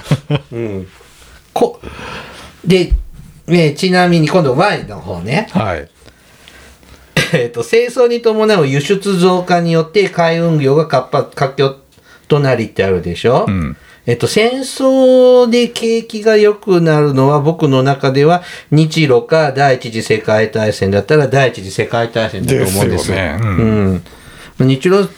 Speaker 1: うん。こ、で、えーちなみに今度 Y の方ね。 <laughs>
Speaker 2: はい。
Speaker 1: えっと、清掃に伴う輸出増加によって海運業が活発、活況となりってあるでしょ、
Speaker 2: うん。
Speaker 1: えっと、戦争で景気が良くなるのは僕の中では日露か第一次世界大戦だったら第一次世界大戦だと思うんです
Speaker 2: ですよね
Speaker 1: う。
Speaker 2: うん
Speaker 1: 日露、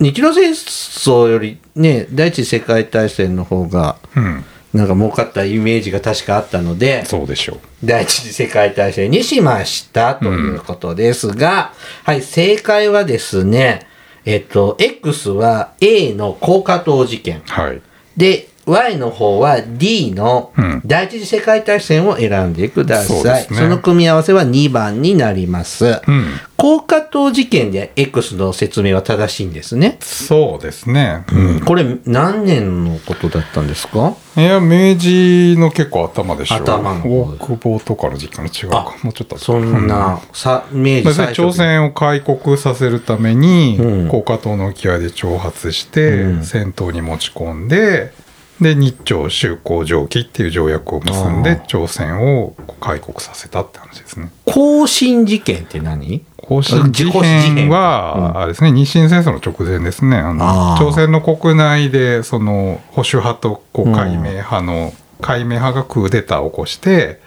Speaker 1: 日露戦争よりね、第一次世界大戦の方が
Speaker 2: うん。
Speaker 1: なんか儲かったイメージが確かあったので、
Speaker 2: そうでしょう。
Speaker 1: 第一次世界大戦にしましたということですが、はい、正解はですね、えっと、X は A の高架島事件。
Speaker 2: はい。
Speaker 1: で、Y の方は D の
Speaker 2: うん
Speaker 1: 第一次世界大戦を選んでくだ
Speaker 2: そう
Speaker 1: さい。
Speaker 2: です
Speaker 1: そ
Speaker 2: ね
Speaker 1: の組み合わせは2番になります。
Speaker 2: うん。
Speaker 1: 高架島事件で X の説明は正しいんですね。
Speaker 2: そうですね。うん。
Speaker 1: これ何年のことだったんですか
Speaker 2: いや、明治の結構頭でしょ。
Speaker 1: 頭の方
Speaker 2: 大久保とかの時間の違うか。もうちょっと後
Speaker 1: そんな、さ、明
Speaker 2: ま
Speaker 1: 治
Speaker 2: あそ
Speaker 1: 最
Speaker 2: れ
Speaker 1: 初
Speaker 2: 朝鮮を開国させるために、
Speaker 1: うん
Speaker 2: 高架島の沖合で挑発して、
Speaker 1: うん
Speaker 2: 戦闘に持ち込んでで日朝修好条記っていう条約を結ん
Speaker 1: あ
Speaker 2: で
Speaker 1: ー
Speaker 2: 朝鮮を開国させたって話ですね。
Speaker 1: 更新事件って何
Speaker 2: 更新事変は、
Speaker 1: うん
Speaker 2: あれですね日清戦争の直前ですねあの
Speaker 1: あー
Speaker 2: 朝鮮の国内でその保守派とこう解明派の、解明派がクーデターを起こして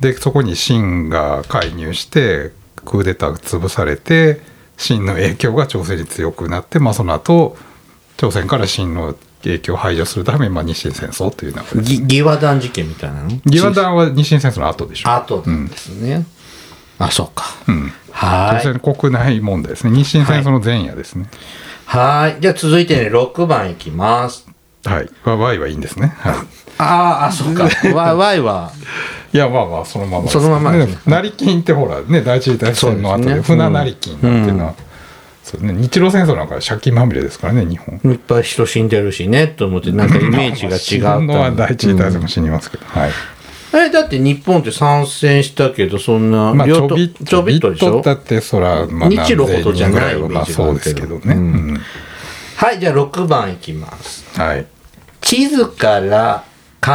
Speaker 2: でそこに清が介入してクーデターが潰されて清の影響が朝鮮に強くなって、まあ、その後朝鮮から清の影響を排除するために、まあ、日清戦争という名前
Speaker 1: ぎ義和団事件みたいなの
Speaker 2: 義和団は日清戦争の後でしょ。
Speaker 1: あとなんですね、あそうか
Speaker 2: うん
Speaker 1: は
Speaker 2: 朝
Speaker 1: ーい
Speaker 2: 鮮国内問題ですね日清戦争の前夜ですね。
Speaker 1: はーいじゃあ続いてね6番いきます
Speaker 2: はい。わ Y はいいんですね。はい。
Speaker 1: あーあそうか <laughs> わわいはい
Speaker 2: や、まあまあ、そのままです、
Speaker 1: そのままですね
Speaker 2: ね。成金ってほら、ね、第一次大戦の
Speaker 1: そ
Speaker 2: 後
Speaker 1: うで
Speaker 2: で、
Speaker 1: すね
Speaker 2: 船成金なんていうのは、そうね、日露戦争なんか借金まみれですからね、日本。
Speaker 1: いっぱい人死んでるしねと思ってなんかイメージが違う
Speaker 2: まあまあ死ぬのは第一次大戦
Speaker 1: うん
Speaker 2: も死にますけど、はい。
Speaker 1: えだって日本って参戦したけどそんな、
Speaker 2: まあ、ち
Speaker 1: 両
Speaker 2: ょ
Speaker 1: 党
Speaker 2: び
Speaker 1: ちょびっとでしょ
Speaker 2: だってそら、まあ、
Speaker 1: 日露ほどじゃない
Speaker 2: 何千人ぐらはまあ
Speaker 1: イメージが
Speaker 2: そ
Speaker 1: あ
Speaker 2: う
Speaker 1: る
Speaker 2: で
Speaker 1: け
Speaker 2: す
Speaker 1: ど
Speaker 2: けどね、
Speaker 1: うん
Speaker 2: うん
Speaker 1: はいじゃあ6番いきます
Speaker 2: はい
Speaker 1: 地図から考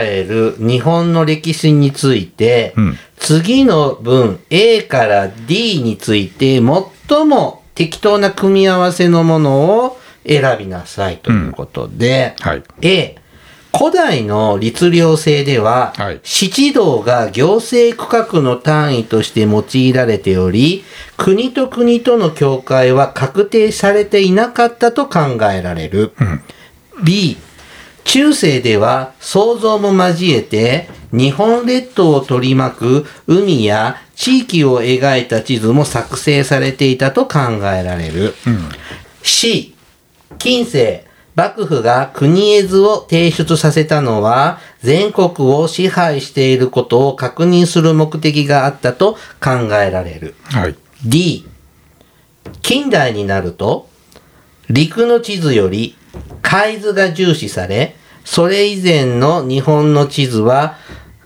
Speaker 1: える日本の歴史について、
Speaker 2: うん
Speaker 1: 次の文 A から D について最も適当な組み合わせのものを選びなさいということで、
Speaker 2: はい
Speaker 1: A 古代の律令制では、
Speaker 2: はい
Speaker 1: 七道が行政区画の単位として用いられており、国と国との境界は確定されていなかったと考えられる。B 中世では想像も交えて日本列島を取り巻く海や地域を描いた地図も作成されていたと考えられる、C 近世幕府が国絵図を提出させたのは全国を支配していることを確認する目的があったと考えられる
Speaker 2: はい
Speaker 1: D 近代になると陸の地図より海図が重視されそれ以前の日本の地図は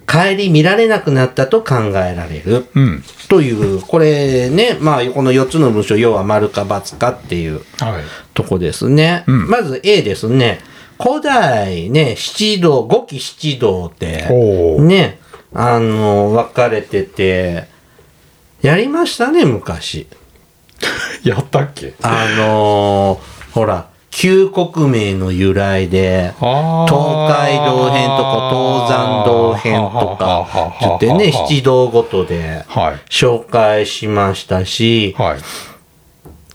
Speaker 1: 顧みられなくなったと考えられる、
Speaker 2: うん
Speaker 1: というこれねまあこの4つの文章要は丸か×かっていう
Speaker 2: はい
Speaker 1: とこですね、
Speaker 2: ん
Speaker 1: まず A ですね古代ね七道五期七道って
Speaker 2: おー
Speaker 1: ねあの分かれててやりましたね昔
Speaker 2: やったっけ
Speaker 1: あのーほら旧国名の由来で
Speaker 2: あー
Speaker 1: 東海道編とか東山道編と
Speaker 2: ははは
Speaker 1: か
Speaker 2: は
Speaker 1: 言ってね七道ごとで
Speaker 2: はい
Speaker 1: 紹介しましたし、
Speaker 2: はい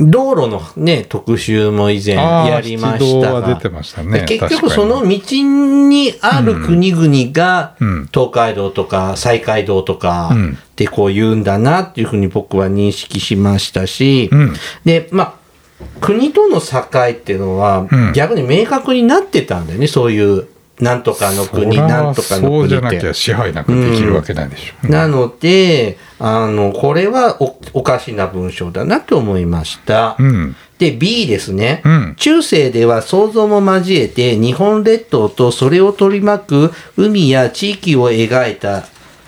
Speaker 1: 道路のね、特集も以前
Speaker 2: あー
Speaker 1: やりました
Speaker 2: 七道は
Speaker 1: が。
Speaker 2: 出てましたね
Speaker 1: で結
Speaker 2: 確か
Speaker 1: 局
Speaker 2: に
Speaker 1: その道にある国々が、
Speaker 2: うん
Speaker 1: 東海道とか西海道とか
Speaker 2: うん
Speaker 1: ってこう言うんだなっていうふうに僕は認識しましたし、
Speaker 2: うん
Speaker 1: で、まあ、国との境っていうのは
Speaker 2: うん
Speaker 1: 逆に明確になってたんだよね、そういう、なんとかの国、
Speaker 2: そら
Speaker 1: なんとかの
Speaker 2: そう
Speaker 1: 国
Speaker 2: じゃ
Speaker 1: っ
Speaker 2: な
Speaker 1: て
Speaker 2: きゃ。支配なんかできるわけないでしょ、う
Speaker 1: なので、あの、これはおおかしな文章だなと思いました。
Speaker 2: うん
Speaker 1: で、B ですね。
Speaker 2: うん
Speaker 1: 中世では想像も交えて日本列島とそれを取り巻く海や地域を描いた、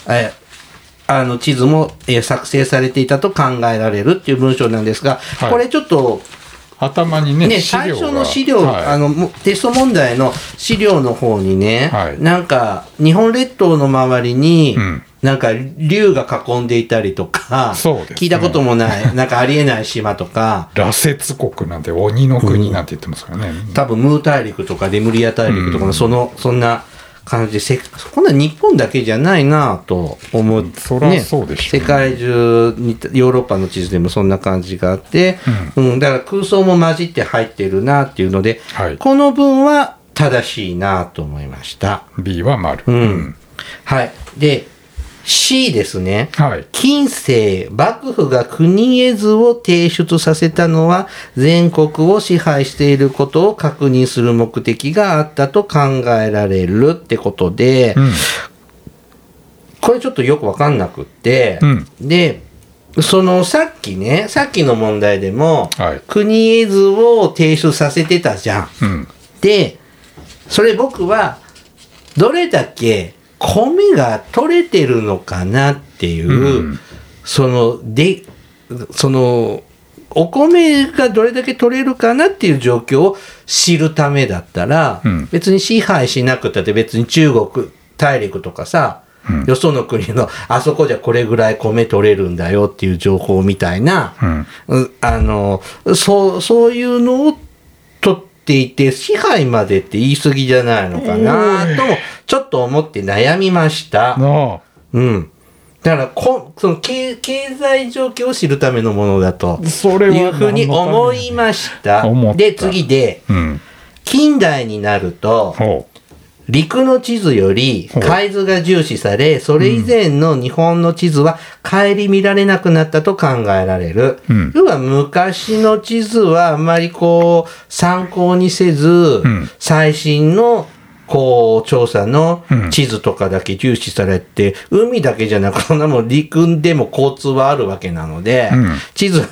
Speaker 1: えあの地図も、え作成されていたと考えられるっていう文章なんですが、
Speaker 2: はい
Speaker 1: これちょっと
Speaker 2: 頭にね
Speaker 1: ね、
Speaker 2: 資料
Speaker 1: 最
Speaker 2: が
Speaker 1: 初の資料、
Speaker 2: はい
Speaker 1: あの、もテスト問題の資料の方にね、
Speaker 2: はい
Speaker 1: なんか、日本列島の周りに、
Speaker 2: うん
Speaker 1: なんか、竜が囲んでいたりとか、
Speaker 2: そうですね
Speaker 1: 聞いたこともない、なんかありえない島とか、
Speaker 2: 羅刹国なんて鬼の国なんて言ってますからね、
Speaker 1: 多分ムー大陸とかレムリア大陸とか
Speaker 2: う
Speaker 1: の
Speaker 2: ん
Speaker 1: その、そんな感じでせこんな日本だけじゃないなぁと思う、
Speaker 2: そらそうでしょ
Speaker 1: 世
Speaker 2: うね
Speaker 1: 界中にヨーロッパの地図でもそんな感じがあって、うんだから空想も混じって入ってるなっていうので、
Speaker 2: はい
Speaker 1: この文は正しいなと思いました。
Speaker 2: B は丸、
Speaker 1: うんはい、で C ですね。
Speaker 2: はい
Speaker 1: 近世、幕府が国絵図を提出させたのは、全国を支配していることを確認する目的があったと考えられるってことで、
Speaker 2: うん
Speaker 1: これちょっとよくわかんなくって、
Speaker 2: うん
Speaker 1: で、そのさっきね、さっきの問題でも、
Speaker 2: はい
Speaker 1: 国絵図を提出させてたじゃん。
Speaker 2: うん
Speaker 1: で、それ僕は、どれだけ米が取れてるのかなっていう、
Speaker 2: うん
Speaker 1: その、で、その、お米がどれだけ取れるかなっていう状況を知るためだったら、
Speaker 2: うん
Speaker 1: 別に支配しなくたって別に中国大陸とかさ、
Speaker 2: うん
Speaker 1: よその国のあそこじゃこれぐらい米取れるんだよっていう情報みたいな、
Speaker 2: うん
Speaker 1: うあのそうそういうのを取っていて支配までって言い過ぎじゃないのかなともちょっと思って悩みました。
Speaker 2: の
Speaker 1: うん、だからこその経経済状況を知るためのものだと
Speaker 2: それは
Speaker 1: いうふうに思いました。
Speaker 2: 思った
Speaker 1: で次で
Speaker 2: うん
Speaker 1: 近代になると
Speaker 2: ほ
Speaker 1: 陸の地図より
Speaker 2: ほう
Speaker 1: 海図が重視されそれ以前の日本の地図は顧みられなくなったと考えられる、
Speaker 2: うん
Speaker 1: 要は昔の地図はあまりこう参考にせず、
Speaker 2: ん
Speaker 1: 最新のこう調査の地図とかだけ重視されて、海だけじゃなくこんなもん陸でも交通はあるわけなので、
Speaker 2: うん
Speaker 1: 地図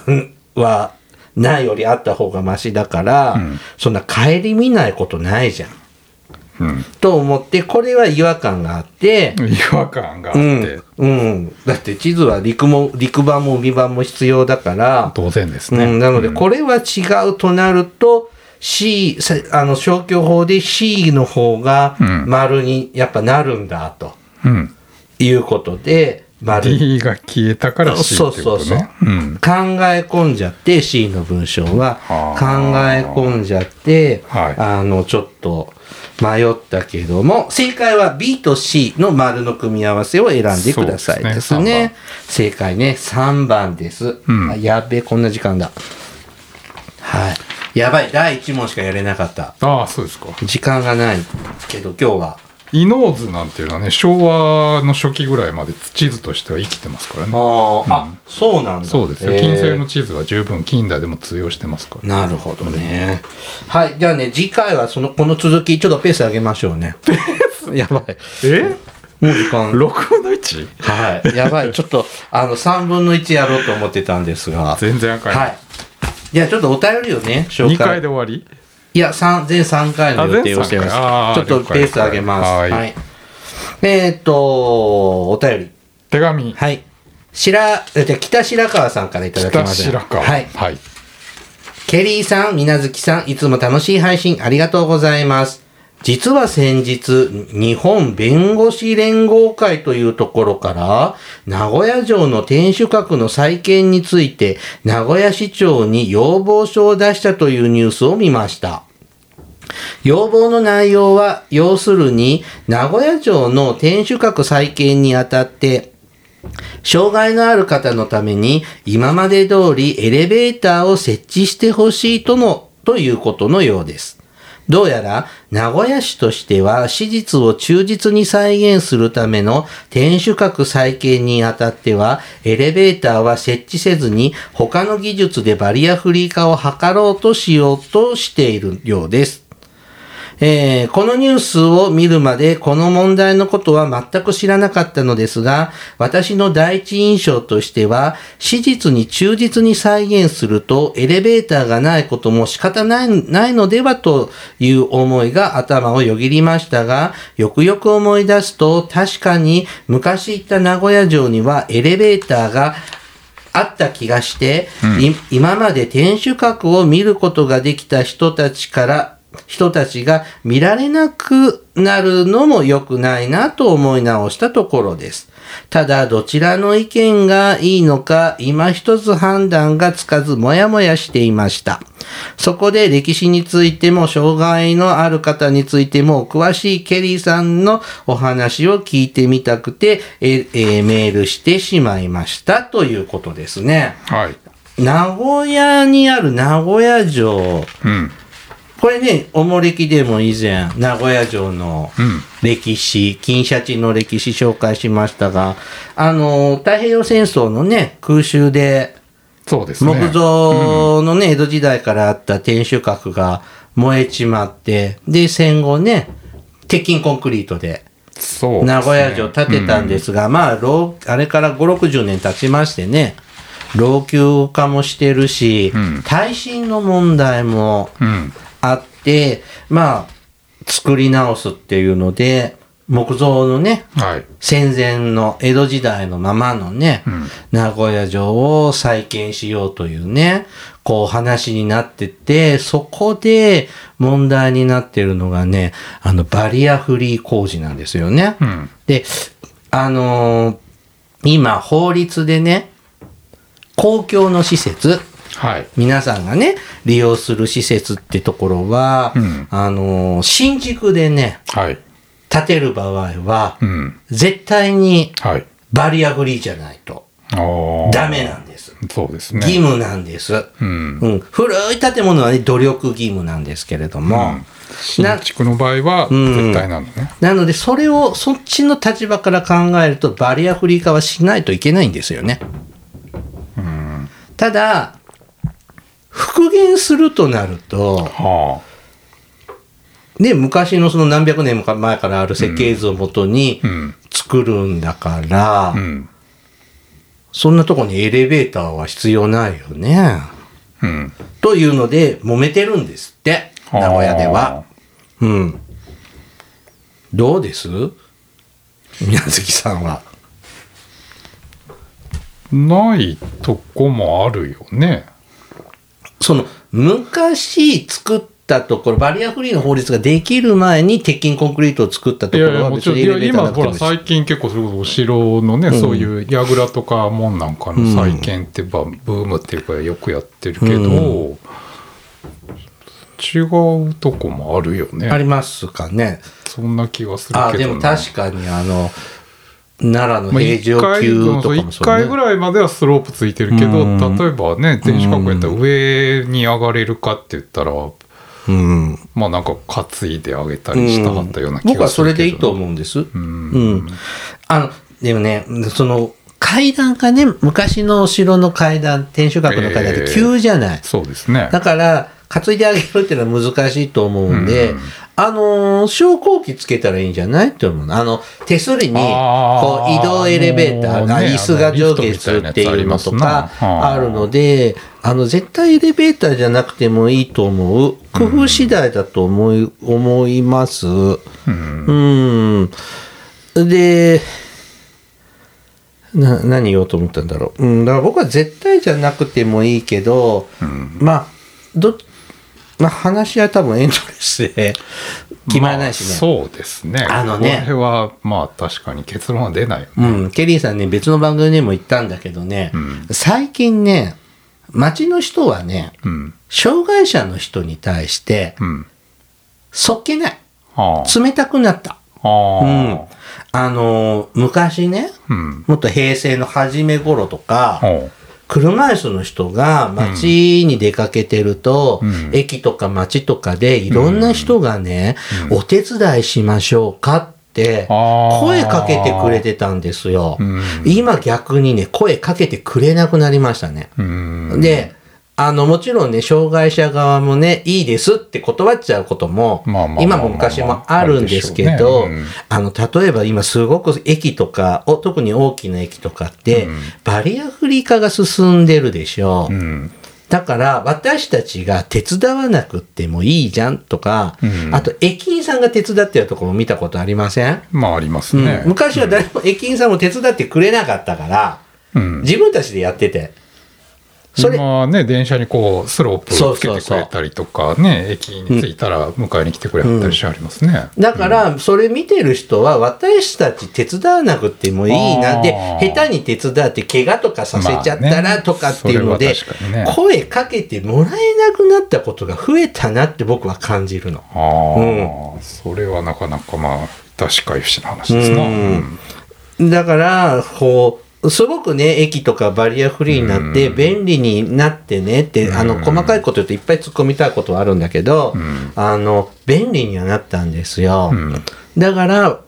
Speaker 1: はないよりあった方がマシだから、
Speaker 2: ん
Speaker 1: そんな顧みないことないじゃん。
Speaker 2: ううん、
Speaker 1: と思って、これは違和感があって、
Speaker 2: 違和感があっ
Speaker 1: う
Speaker 2: て、
Speaker 1: ん、うん。だって地図は陸も、陸版も海版も必要だから、
Speaker 2: 当然ですね、
Speaker 1: うん、なので、
Speaker 2: うん
Speaker 1: これは違うとなると、C、さあの、消去法で C の方が
Speaker 2: うん
Speaker 1: 丸にやっぱなるんだ、と
Speaker 2: うん
Speaker 1: いうことで、丸に
Speaker 2: D が消えたから C って
Speaker 1: そ
Speaker 2: こ
Speaker 1: う
Speaker 2: とね
Speaker 1: そうそう。
Speaker 2: うん
Speaker 1: 考え込んじゃって、C の文章は
Speaker 2: は
Speaker 1: 考え
Speaker 2: あ
Speaker 1: 込んじゃって、
Speaker 2: はい
Speaker 1: あの、ちょっと迷ったけども、正解は B と C の丸の組み合わせを選んでください
Speaker 2: そう
Speaker 1: で
Speaker 2: ですす
Speaker 1: ね。
Speaker 2: ね
Speaker 1: 正解ね、3番です。
Speaker 2: うん
Speaker 1: あやっべえ、こんな時間だ。はい。やばい、第1問しかやれなかった。
Speaker 2: ああそうですか
Speaker 1: 時間がないけど、今日は。
Speaker 2: イノーズなんていうのはね昭和の初期ぐらいまで地図としては生きてますから
Speaker 1: あ
Speaker 2: ね
Speaker 1: ー、あ、そうなんだ。
Speaker 2: そうですよ
Speaker 1: へー
Speaker 2: 金星の地図は十分近代でも通用してますから
Speaker 1: なるほどね。はい。じゃあね、次回はその、この続き、ちょっとペース上げましょうね。ペースやばい。
Speaker 2: え
Speaker 1: もう時間。
Speaker 2: 6分の 1?
Speaker 1: はい。や
Speaker 2: <laughs>
Speaker 1: ばい。ちょっと、あの、3分の1やろうと思ってたんですが。
Speaker 2: 全然赤い、
Speaker 1: はい。じゃあちょっとお便りをね、紹介。
Speaker 2: 2回で終わり
Speaker 1: いや、三全3回の予定をしてま
Speaker 2: あ
Speaker 1: す。ちょっ
Speaker 2: 全三
Speaker 1: とペ
Speaker 2: 回あー
Speaker 1: ース上げます。は
Speaker 2: 了
Speaker 1: い。
Speaker 2: 解了解
Speaker 1: えーっと、お便り。
Speaker 2: 手紙
Speaker 1: はい。白、えじゃあ北白川さんからいただき
Speaker 2: 北
Speaker 1: ます。
Speaker 2: 白川
Speaker 1: はい。
Speaker 2: はい、
Speaker 1: ケリーさん、みなずきさん、いつも楽しい配信ありがとうございます。実は先日、日本弁護士連合会というところから、名古屋城の天守閣の再建について、名古屋市長に要望書を出したというニュースを見ました。要望の内容は、要するに、名古屋城の天守閣再建にあたって、障害のある方のために今まで通りエレベーターを設置してほしいとの、ということのようです。どうやら名古屋市としては史実を忠実に再現するための天守閣再建にあたってはエレベーターは設置せずに他の技術でバリアフリー化を図ろうとしようとしているようです。えーこのニュースを見るまでこの問題のことは全く知らなかったのですが、私の第一印象としては、史実に忠実に再現するとエレベーターがないことも仕方ないないのではという思いが頭をよぎりましたが、よくよく思い出すと確かに昔行った名古屋城にはエレベーターがあった気がして、い今まで天守閣を見ることができた人たちから、人たちが見られなくなるのも良くないなと思い直したところです。ただ、どちらの意見がいいのか、今一つ判断がつかず、もやもやしていました。そこで歴史についても、障害のある方についても、お詳しいケリーさんのお話を聞いてみたくて、ええーメールしてしまいましたということですね。
Speaker 2: はい
Speaker 1: 名古屋にある名古屋城。
Speaker 2: うん
Speaker 1: これね、おもれきでも以前、名古屋城の
Speaker 2: うん
Speaker 1: 歴史、金シャチの歴史紹介しましたが、あの、太平洋戦争のね、空襲で、
Speaker 2: そうですね
Speaker 1: 木造のね、江戸時代からあった天守閣が燃えちまって、で、戦後ね、鉄筋コンクリートで
Speaker 2: そうですね
Speaker 1: 名古屋城建てたんですが、まあ、老あれから5、60年経ちましてね、老朽化もしてるし、
Speaker 2: うん
Speaker 1: 耐震の問題も
Speaker 2: うん
Speaker 1: あって、まあ、作り直すっていうので、木造のね、
Speaker 2: はい
Speaker 1: 戦前の江戸時代のままのね、
Speaker 2: うん
Speaker 1: 名古屋城を再建しようというね、こう話になってて、そこで問題になってるのがね、あのバリアフリー工事なんですよね。
Speaker 2: うん
Speaker 1: で、あのー今法律でね、公共の施設、
Speaker 2: はい
Speaker 1: 皆さんがね、利用する施設ってところは、
Speaker 2: うん
Speaker 1: あのー新宿でね、
Speaker 2: はい
Speaker 1: 建てる場合は、
Speaker 2: うん
Speaker 1: 絶対に
Speaker 2: はい
Speaker 1: バリアフリーじゃないと
Speaker 2: ああ
Speaker 1: ダメなんです。
Speaker 2: そうですね
Speaker 1: 義務なんです。
Speaker 2: うん
Speaker 1: うん、古い建物はね、努力義務なんですけれども、
Speaker 2: うん新築の場合は
Speaker 1: うん
Speaker 2: 絶対なんだね、
Speaker 1: なので、それを、そっちの立場から考えると、バリアフリー化はしないといけないんですよね。ただ、復元するとなると、
Speaker 2: は
Speaker 1: ね、昔のその何百年も前からある設計図をもとに
Speaker 2: あうん
Speaker 1: 作るんだから、
Speaker 2: うん
Speaker 1: そんなとこにエレベーターは必要ないよね。
Speaker 2: うん
Speaker 1: というので、揉めてるんですって、名古屋では。うん。どうです宮崎さんは。
Speaker 2: ないとこもあるよね。
Speaker 1: その、昔作ったところ、バリアフリーの法律ができる前に鉄筋コンクリートを作ったと
Speaker 2: い
Speaker 1: こ
Speaker 2: やい
Speaker 1: ろ
Speaker 2: や、
Speaker 1: は
Speaker 2: も
Speaker 1: 別
Speaker 2: ちろん、
Speaker 1: に
Speaker 2: い
Speaker 1: エレ
Speaker 2: や
Speaker 1: ベーター
Speaker 2: 今、
Speaker 1: なく
Speaker 2: ほ
Speaker 1: ても
Speaker 2: ら、
Speaker 1: いいし
Speaker 2: 最近結構、それこそお城のね、そういう櫓とか門なんかの再建ってば、ブームっていうか、よくやってるけど、
Speaker 1: う
Speaker 2: 違うとこもあるよ
Speaker 1: あ
Speaker 2: ね。
Speaker 1: りますかね。
Speaker 2: そんな気がする
Speaker 1: あ、
Speaker 2: け
Speaker 1: でも
Speaker 2: どな。
Speaker 1: 確かにあの、奈良
Speaker 2: ま
Speaker 1: の
Speaker 2: あ、
Speaker 1: 平
Speaker 2: 1
Speaker 1: 城
Speaker 2: 回
Speaker 1: 宮とかも
Speaker 2: 1
Speaker 1: そう
Speaker 2: 回
Speaker 1: ね
Speaker 2: ぐ。らいまではスロープついてるけど、
Speaker 1: うん
Speaker 2: 例えばね天守閣やったら上に上がれるかって言ったら、
Speaker 1: うん。
Speaker 2: まあなんか担いであげたりしたかったような気がするけど、
Speaker 1: 僕はそれでいいと思うんです。
Speaker 2: うん
Speaker 1: うん。あの、でもね、その、階段がね、昔のお城の階段、天守閣の階段っ
Speaker 2: え
Speaker 1: て
Speaker 2: え
Speaker 1: 急じゃない。
Speaker 2: そうですね
Speaker 1: だから、担いであげるっていうのは難しいと思うんで、
Speaker 2: うん
Speaker 1: あのー昇降機つけたらいいんじゃないって思うの。あの、手すりに、こ
Speaker 2: あ
Speaker 1: う、
Speaker 2: ー
Speaker 1: 移動エレベーターが、
Speaker 2: もうね
Speaker 1: 椅子が上下するっていうのとか
Speaker 2: あのリフトみたいなやつありますな
Speaker 1: あるので、あの、絶対エレベーターじゃなくてもいいと思う。工夫次第だと思い、思います。
Speaker 2: うん
Speaker 1: うん。で、な、何言おうと思ったんだろう。うん、だから僕は絶対じゃなくてもいいけど、
Speaker 2: ん
Speaker 1: まあ、ど、まあ話は多分エントレス
Speaker 2: <laughs>
Speaker 1: で決まらないし
Speaker 2: まあ
Speaker 1: ね。
Speaker 2: そうですね
Speaker 1: あのね
Speaker 2: これはまあ確かに結論は出ないよね
Speaker 1: うん、ケリーさんね、別の番組でも言ったんだけどね、
Speaker 2: ん
Speaker 1: 最近ね、町の人はね、
Speaker 2: うん
Speaker 1: 障害者の人に対して、
Speaker 2: うん
Speaker 1: そっけない。
Speaker 2: あー
Speaker 1: 冷たくなった。うん
Speaker 2: あ。
Speaker 1: あのー、昔ね、
Speaker 2: ーうん
Speaker 1: もっと平成の初め頃とか、
Speaker 2: ほう
Speaker 1: 車椅子の人が街に出かけてると、
Speaker 2: うん
Speaker 1: 駅とか街とかでいろんな人がね、お手伝いしましょうかって
Speaker 2: あー
Speaker 1: 声かけてくれてたんですよ。
Speaker 2: うん
Speaker 1: 今逆にね、声かけてくれなくなりましたね。
Speaker 2: うん
Speaker 1: で、あの、もちろんね、障害者側もね、いいですって断っちゃうことも
Speaker 2: まあまあまあま、あ
Speaker 1: 今も昔もあるんですけ
Speaker 2: あ
Speaker 1: ど
Speaker 2: るでしょうねうん、
Speaker 1: あの、例えば今すごく駅とか、お特に大きな駅とかって
Speaker 2: うん、
Speaker 1: バリアフリー化が進んでるでしょ
Speaker 2: う
Speaker 1: う。
Speaker 2: ん
Speaker 1: だから、私たちが手伝わなくってもいいじゃんとか
Speaker 2: う、ん
Speaker 1: あと、駅員さんが手伝ってるところ見たことありません
Speaker 2: まあありますね
Speaker 1: うん昔は誰も駅員さんも手伝ってくれなかったから、
Speaker 2: うん
Speaker 1: 自分たちでやってて。それ、
Speaker 2: まあね、電車にこう、スロープ
Speaker 1: そ
Speaker 2: を
Speaker 1: う
Speaker 2: つけ
Speaker 1: そう
Speaker 2: て
Speaker 1: そ
Speaker 2: く
Speaker 1: う
Speaker 2: れたりとかね、駅に着いたら迎えに来てくれはったりしてありますね。
Speaker 1: だから、それ見てる人は、私たち手伝わなくてもいいなって
Speaker 2: あ、ー
Speaker 1: 下手に手伝って怪我とかさせちゃった
Speaker 2: まあ
Speaker 1: ら
Speaker 2: ね
Speaker 1: とかっていうので
Speaker 2: それは確かにね、
Speaker 1: 声かけてもらえなくなったことが増えたなって僕は感じるの。
Speaker 2: ああ、それはなかなかまあ、確かに不思議な話ですな。
Speaker 1: う
Speaker 2: うんん
Speaker 1: だから、こう、すごくね、駅とかバリアフリーになって、便利になってねって、あの、細かいこと言うといっぱい突っ込みたいことはあるんだけど、あの、便利にはなったんですよ。
Speaker 2: うん
Speaker 1: だから、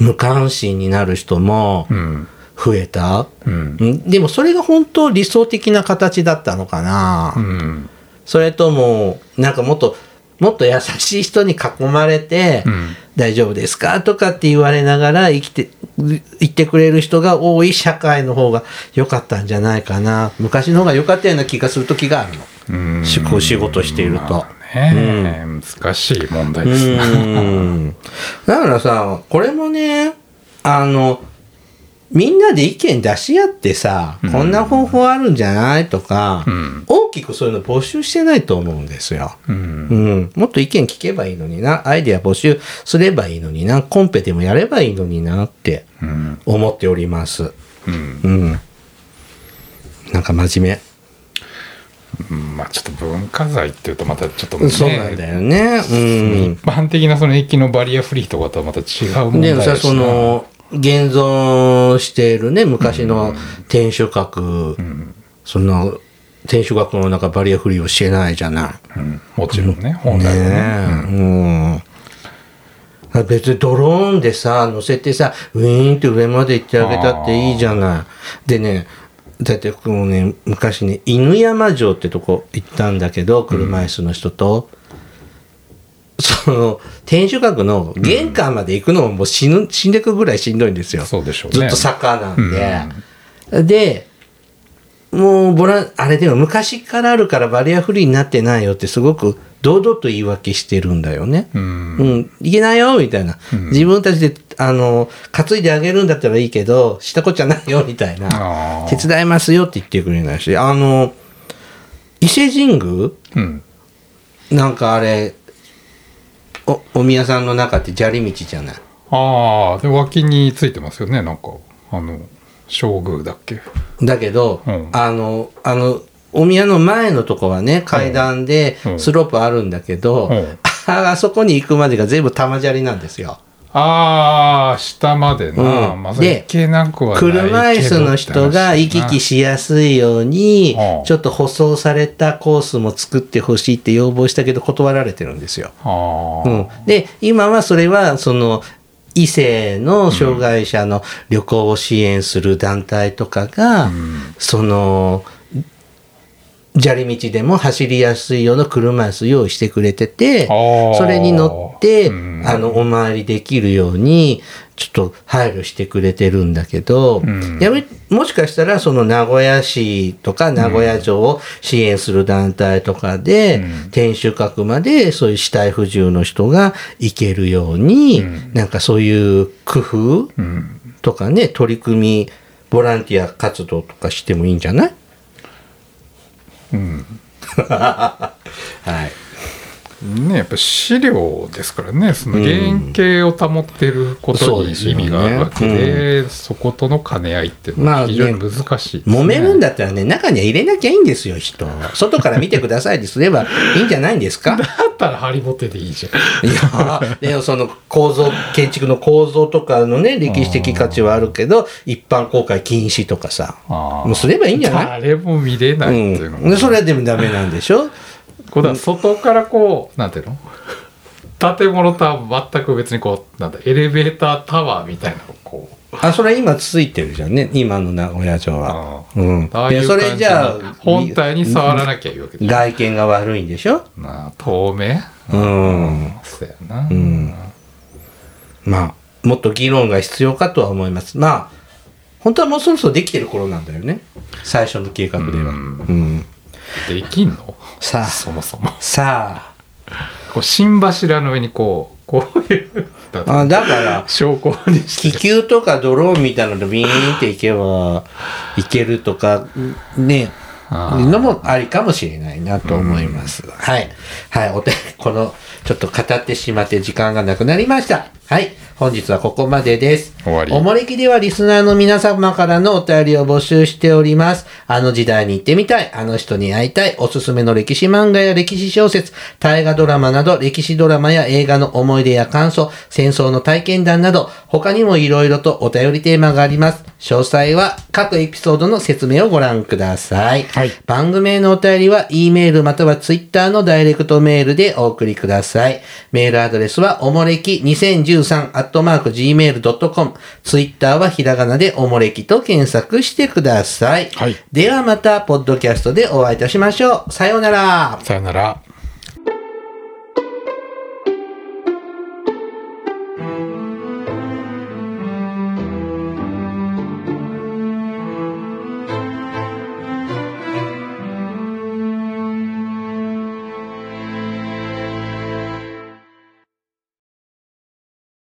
Speaker 1: 無関心になる人も
Speaker 2: うん。
Speaker 1: 増えた。
Speaker 2: うん。
Speaker 1: うんでもそれが本当理想的な形だったのかな。
Speaker 2: うん。
Speaker 1: それとも、なんかもっと、もっと優しい人に囲まれて、
Speaker 2: うん
Speaker 1: 大丈夫ですかとかって言われながら生きて、言ってくれる人が多い社会の方が良かったんじゃないかな。昔の方が良かったような気がする時があるの。
Speaker 2: うん
Speaker 1: しこう仕事していると
Speaker 2: まあね、難しい問題
Speaker 1: う
Speaker 2: ですね。
Speaker 1: ーん。だからさ、これもね、あの、みんなで意見出し合ってさ、こんな方法あるんじゃないとか、
Speaker 2: うん
Speaker 1: 大きくそういうの募集してないと思うんですよ。
Speaker 2: うん。
Speaker 1: うん、もっと意見聞けばいいのにな、アイデア募集すればいいのにな、コンペでもやればいいのになって
Speaker 2: うん。
Speaker 1: 思っております。
Speaker 2: うん
Speaker 1: うん。なんか真面
Speaker 2: うんまあちょっと文化財っていうとまたちょっと
Speaker 1: 目。
Speaker 2: ね
Speaker 1: そうなんだよね。うん
Speaker 2: 一。般的なその駅のバリアフリーとかとはまた違う問題
Speaker 1: で
Speaker 2: だ
Speaker 1: も
Speaker 2: しな
Speaker 1: さ、その、現存しているね、昔の天守閣、その、天守閣の中バリアフリーをしてないじゃない。
Speaker 2: うんもちろんね、本来はね。
Speaker 1: ねえ、うん別にドローンでさ乗せてさウィーンって上まで行ってあげたっていいじゃない。でねだって僕もね昔ね犬山城ってとこ行ったんだけど車椅子の人と、その天守閣の玄関まで行くのももう死ぬ死んでくぐらいしんどいんですよ。
Speaker 2: そうでしょうね。
Speaker 1: ずっと坂なんで、でもうボランあれでも昔からあるからバリアフリーになってないよってすごく堂々と言い訳してるんだよね。
Speaker 2: うん
Speaker 1: うん、いけないよみたいな、自分たちであの担いであげるんだったらいいけどしたこっちゃないよみたいな
Speaker 2: あ
Speaker 1: 手
Speaker 2: ー
Speaker 1: 伝いますよって言ってくれないしあの伊勢神宮
Speaker 2: うん
Speaker 1: なんかあれおお宮さんの中って砂利道じゃない
Speaker 2: ああで脇についてますよねなんかあの将宮だっけ
Speaker 1: だけど、
Speaker 2: うん
Speaker 1: あのあのお宮の前のとこはね階段で
Speaker 2: うん
Speaker 1: スロープあるんだけど、
Speaker 2: うん
Speaker 1: <laughs> ああそこに行くまでが全部玉砂利なんですよ。
Speaker 2: ああ下までな、
Speaker 1: うん
Speaker 2: まあ、それ
Speaker 1: で
Speaker 2: いけなくはないけど
Speaker 1: 車椅子の人が行き来しやすいように
Speaker 2: うん
Speaker 1: ちょっと舗装されたコースも作ってほしいって要望したけど断られてるんですよ。
Speaker 2: ああ、
Speaker 1: うん、で今はそれはその異性の障害者の旅行を支援する団体とかが、
Speaker 2: ん
Speaker 1: その砂利道でも走りやすいような車椅子用意してくれてて
Speaker 2: あー
Speaker 1: それに乗って、
Speaker 2: うん
Speaker 1: あのお参りできるようにちょっと配慮してくれてるんだけど、
Speaker 2: ん
Speaker 1: やめもしかしたらその名古屋市とか名古屋城を支援する団体とかで、
Speaker 2: うん
Speaker 1: 天守閣までそういう死体不自由の人が行けるように、
Speaker 2: うん
Speaker 1: なんかそういう工夫
Speaker 2: うん
Speaker 1: とかね取り組みボランティア活動とかしてもいいんじゃない
Speaker 2: うん
Speaker 1: はい。
Speaker 2: ね、やっぱ資料ですからねその原型を保ってるこ
Speaker 1: そ
Speaker 2: と
Speaker 1: う
Speaker 2: に
Speaker 1: ですよ
Speaker 2: 意
Speaker 1: ね
Speaker 2: 味があるわけで、そことの兼ね合いっていうの
Speaker 1: まあ
Speaker 2: は
Speaker 1: ね
Speaker 2: 非常に難しいです、ね
Speaker 1: 揉めるんだったらね、中には入れなきゃいいんですよ、人。外から見てくださいってすればいいんじゃないんですか
Speaker 2: だったらハリボテでいいじゃん
Speaker 1: いや、でもその構造、建築の構造とかのね、歴史的価値はあるけど、一般公開禁止とかさ、
Speaker 2: あー
Speaker 1: もうすればいいんじゃない
Speaker 2: 誰も見れないっていうの
Speaker 1: うん、でそれはでもダメなんでし
Speaker 2: <laughs>
Speaker 1: ょ
Speaker 2: こうだ外からこうなんていうの建物とは全く別にこうなんだエレベータータワーみたいなのをこう
Speaker 1: あそれは今ついてるじゃんね今の名古屋城は
Speaker 2: あ、あ
Speaker 1: うん、
Speaker 2: ああい
Speaker 1: で
Speaker 2: う
Speaker 1: そ
Speaker 2: 感じ
Speaker 1: れ
Speaker 2: に
Speaker 1: じゃあ
Speaker 2: 本体に触らなきゃいいわけだ
Speaker 1: 外見が悪いんでしょ
Speaker 2: なあ透明
Speaker 1: うん
Speaker 2: そうやな、
Speaker 1: まあもっと議論が必要かとは思いますまあ本当はもうそろそろできてる頃なんだよね最初の計画では、
Speaker 2: うん
Speaker 1: うん
Speaker 2: できんの
Speaker 1: さあ
Speaker 2: そもそも
Speaker 1: さ
Speaker 2: こう新柱の上にこうこういう
Speaker 1: ああだから
Speaker 2: 証拠にして
Speaker 1: 気球とかドローンみたいなのでビーンって行けば行けるとかね
Speaker 2: あ
Speaker 1: のもありかもしれないなと思います。はい。はい。お手、この、ちょっと語ってしまって時間がなくなりました。はい。本日はここまでです。
Speaker 2: 終わり
Speaker 1: おもれきではリスナーの皆様からのお便りを募集しております。あの時代に行ってみたい、あの人に会いたい、おすすめの歴史漫画や歴史小説、大河ドラマなど、歴史ドラマや映画の思い出や感想、戦争の体験談など、他にも色々とお便りテーマがあります。詳細は各エピソードの説明をご覧ください。
Speaker 2: はい
Speaker 1: 番組へのお便りは、E メールまたは Twitter のダイレクトメールでお送りください。メールアドレスは、おもれき 2013-gmail.com。Twitter はひらがなでおもれきと検索してください。
Speaker 2: はい
Speaker 1: ではまた、ポッドキャストでお会いいたしましょう。さようなら。
Speaker 2: さよなら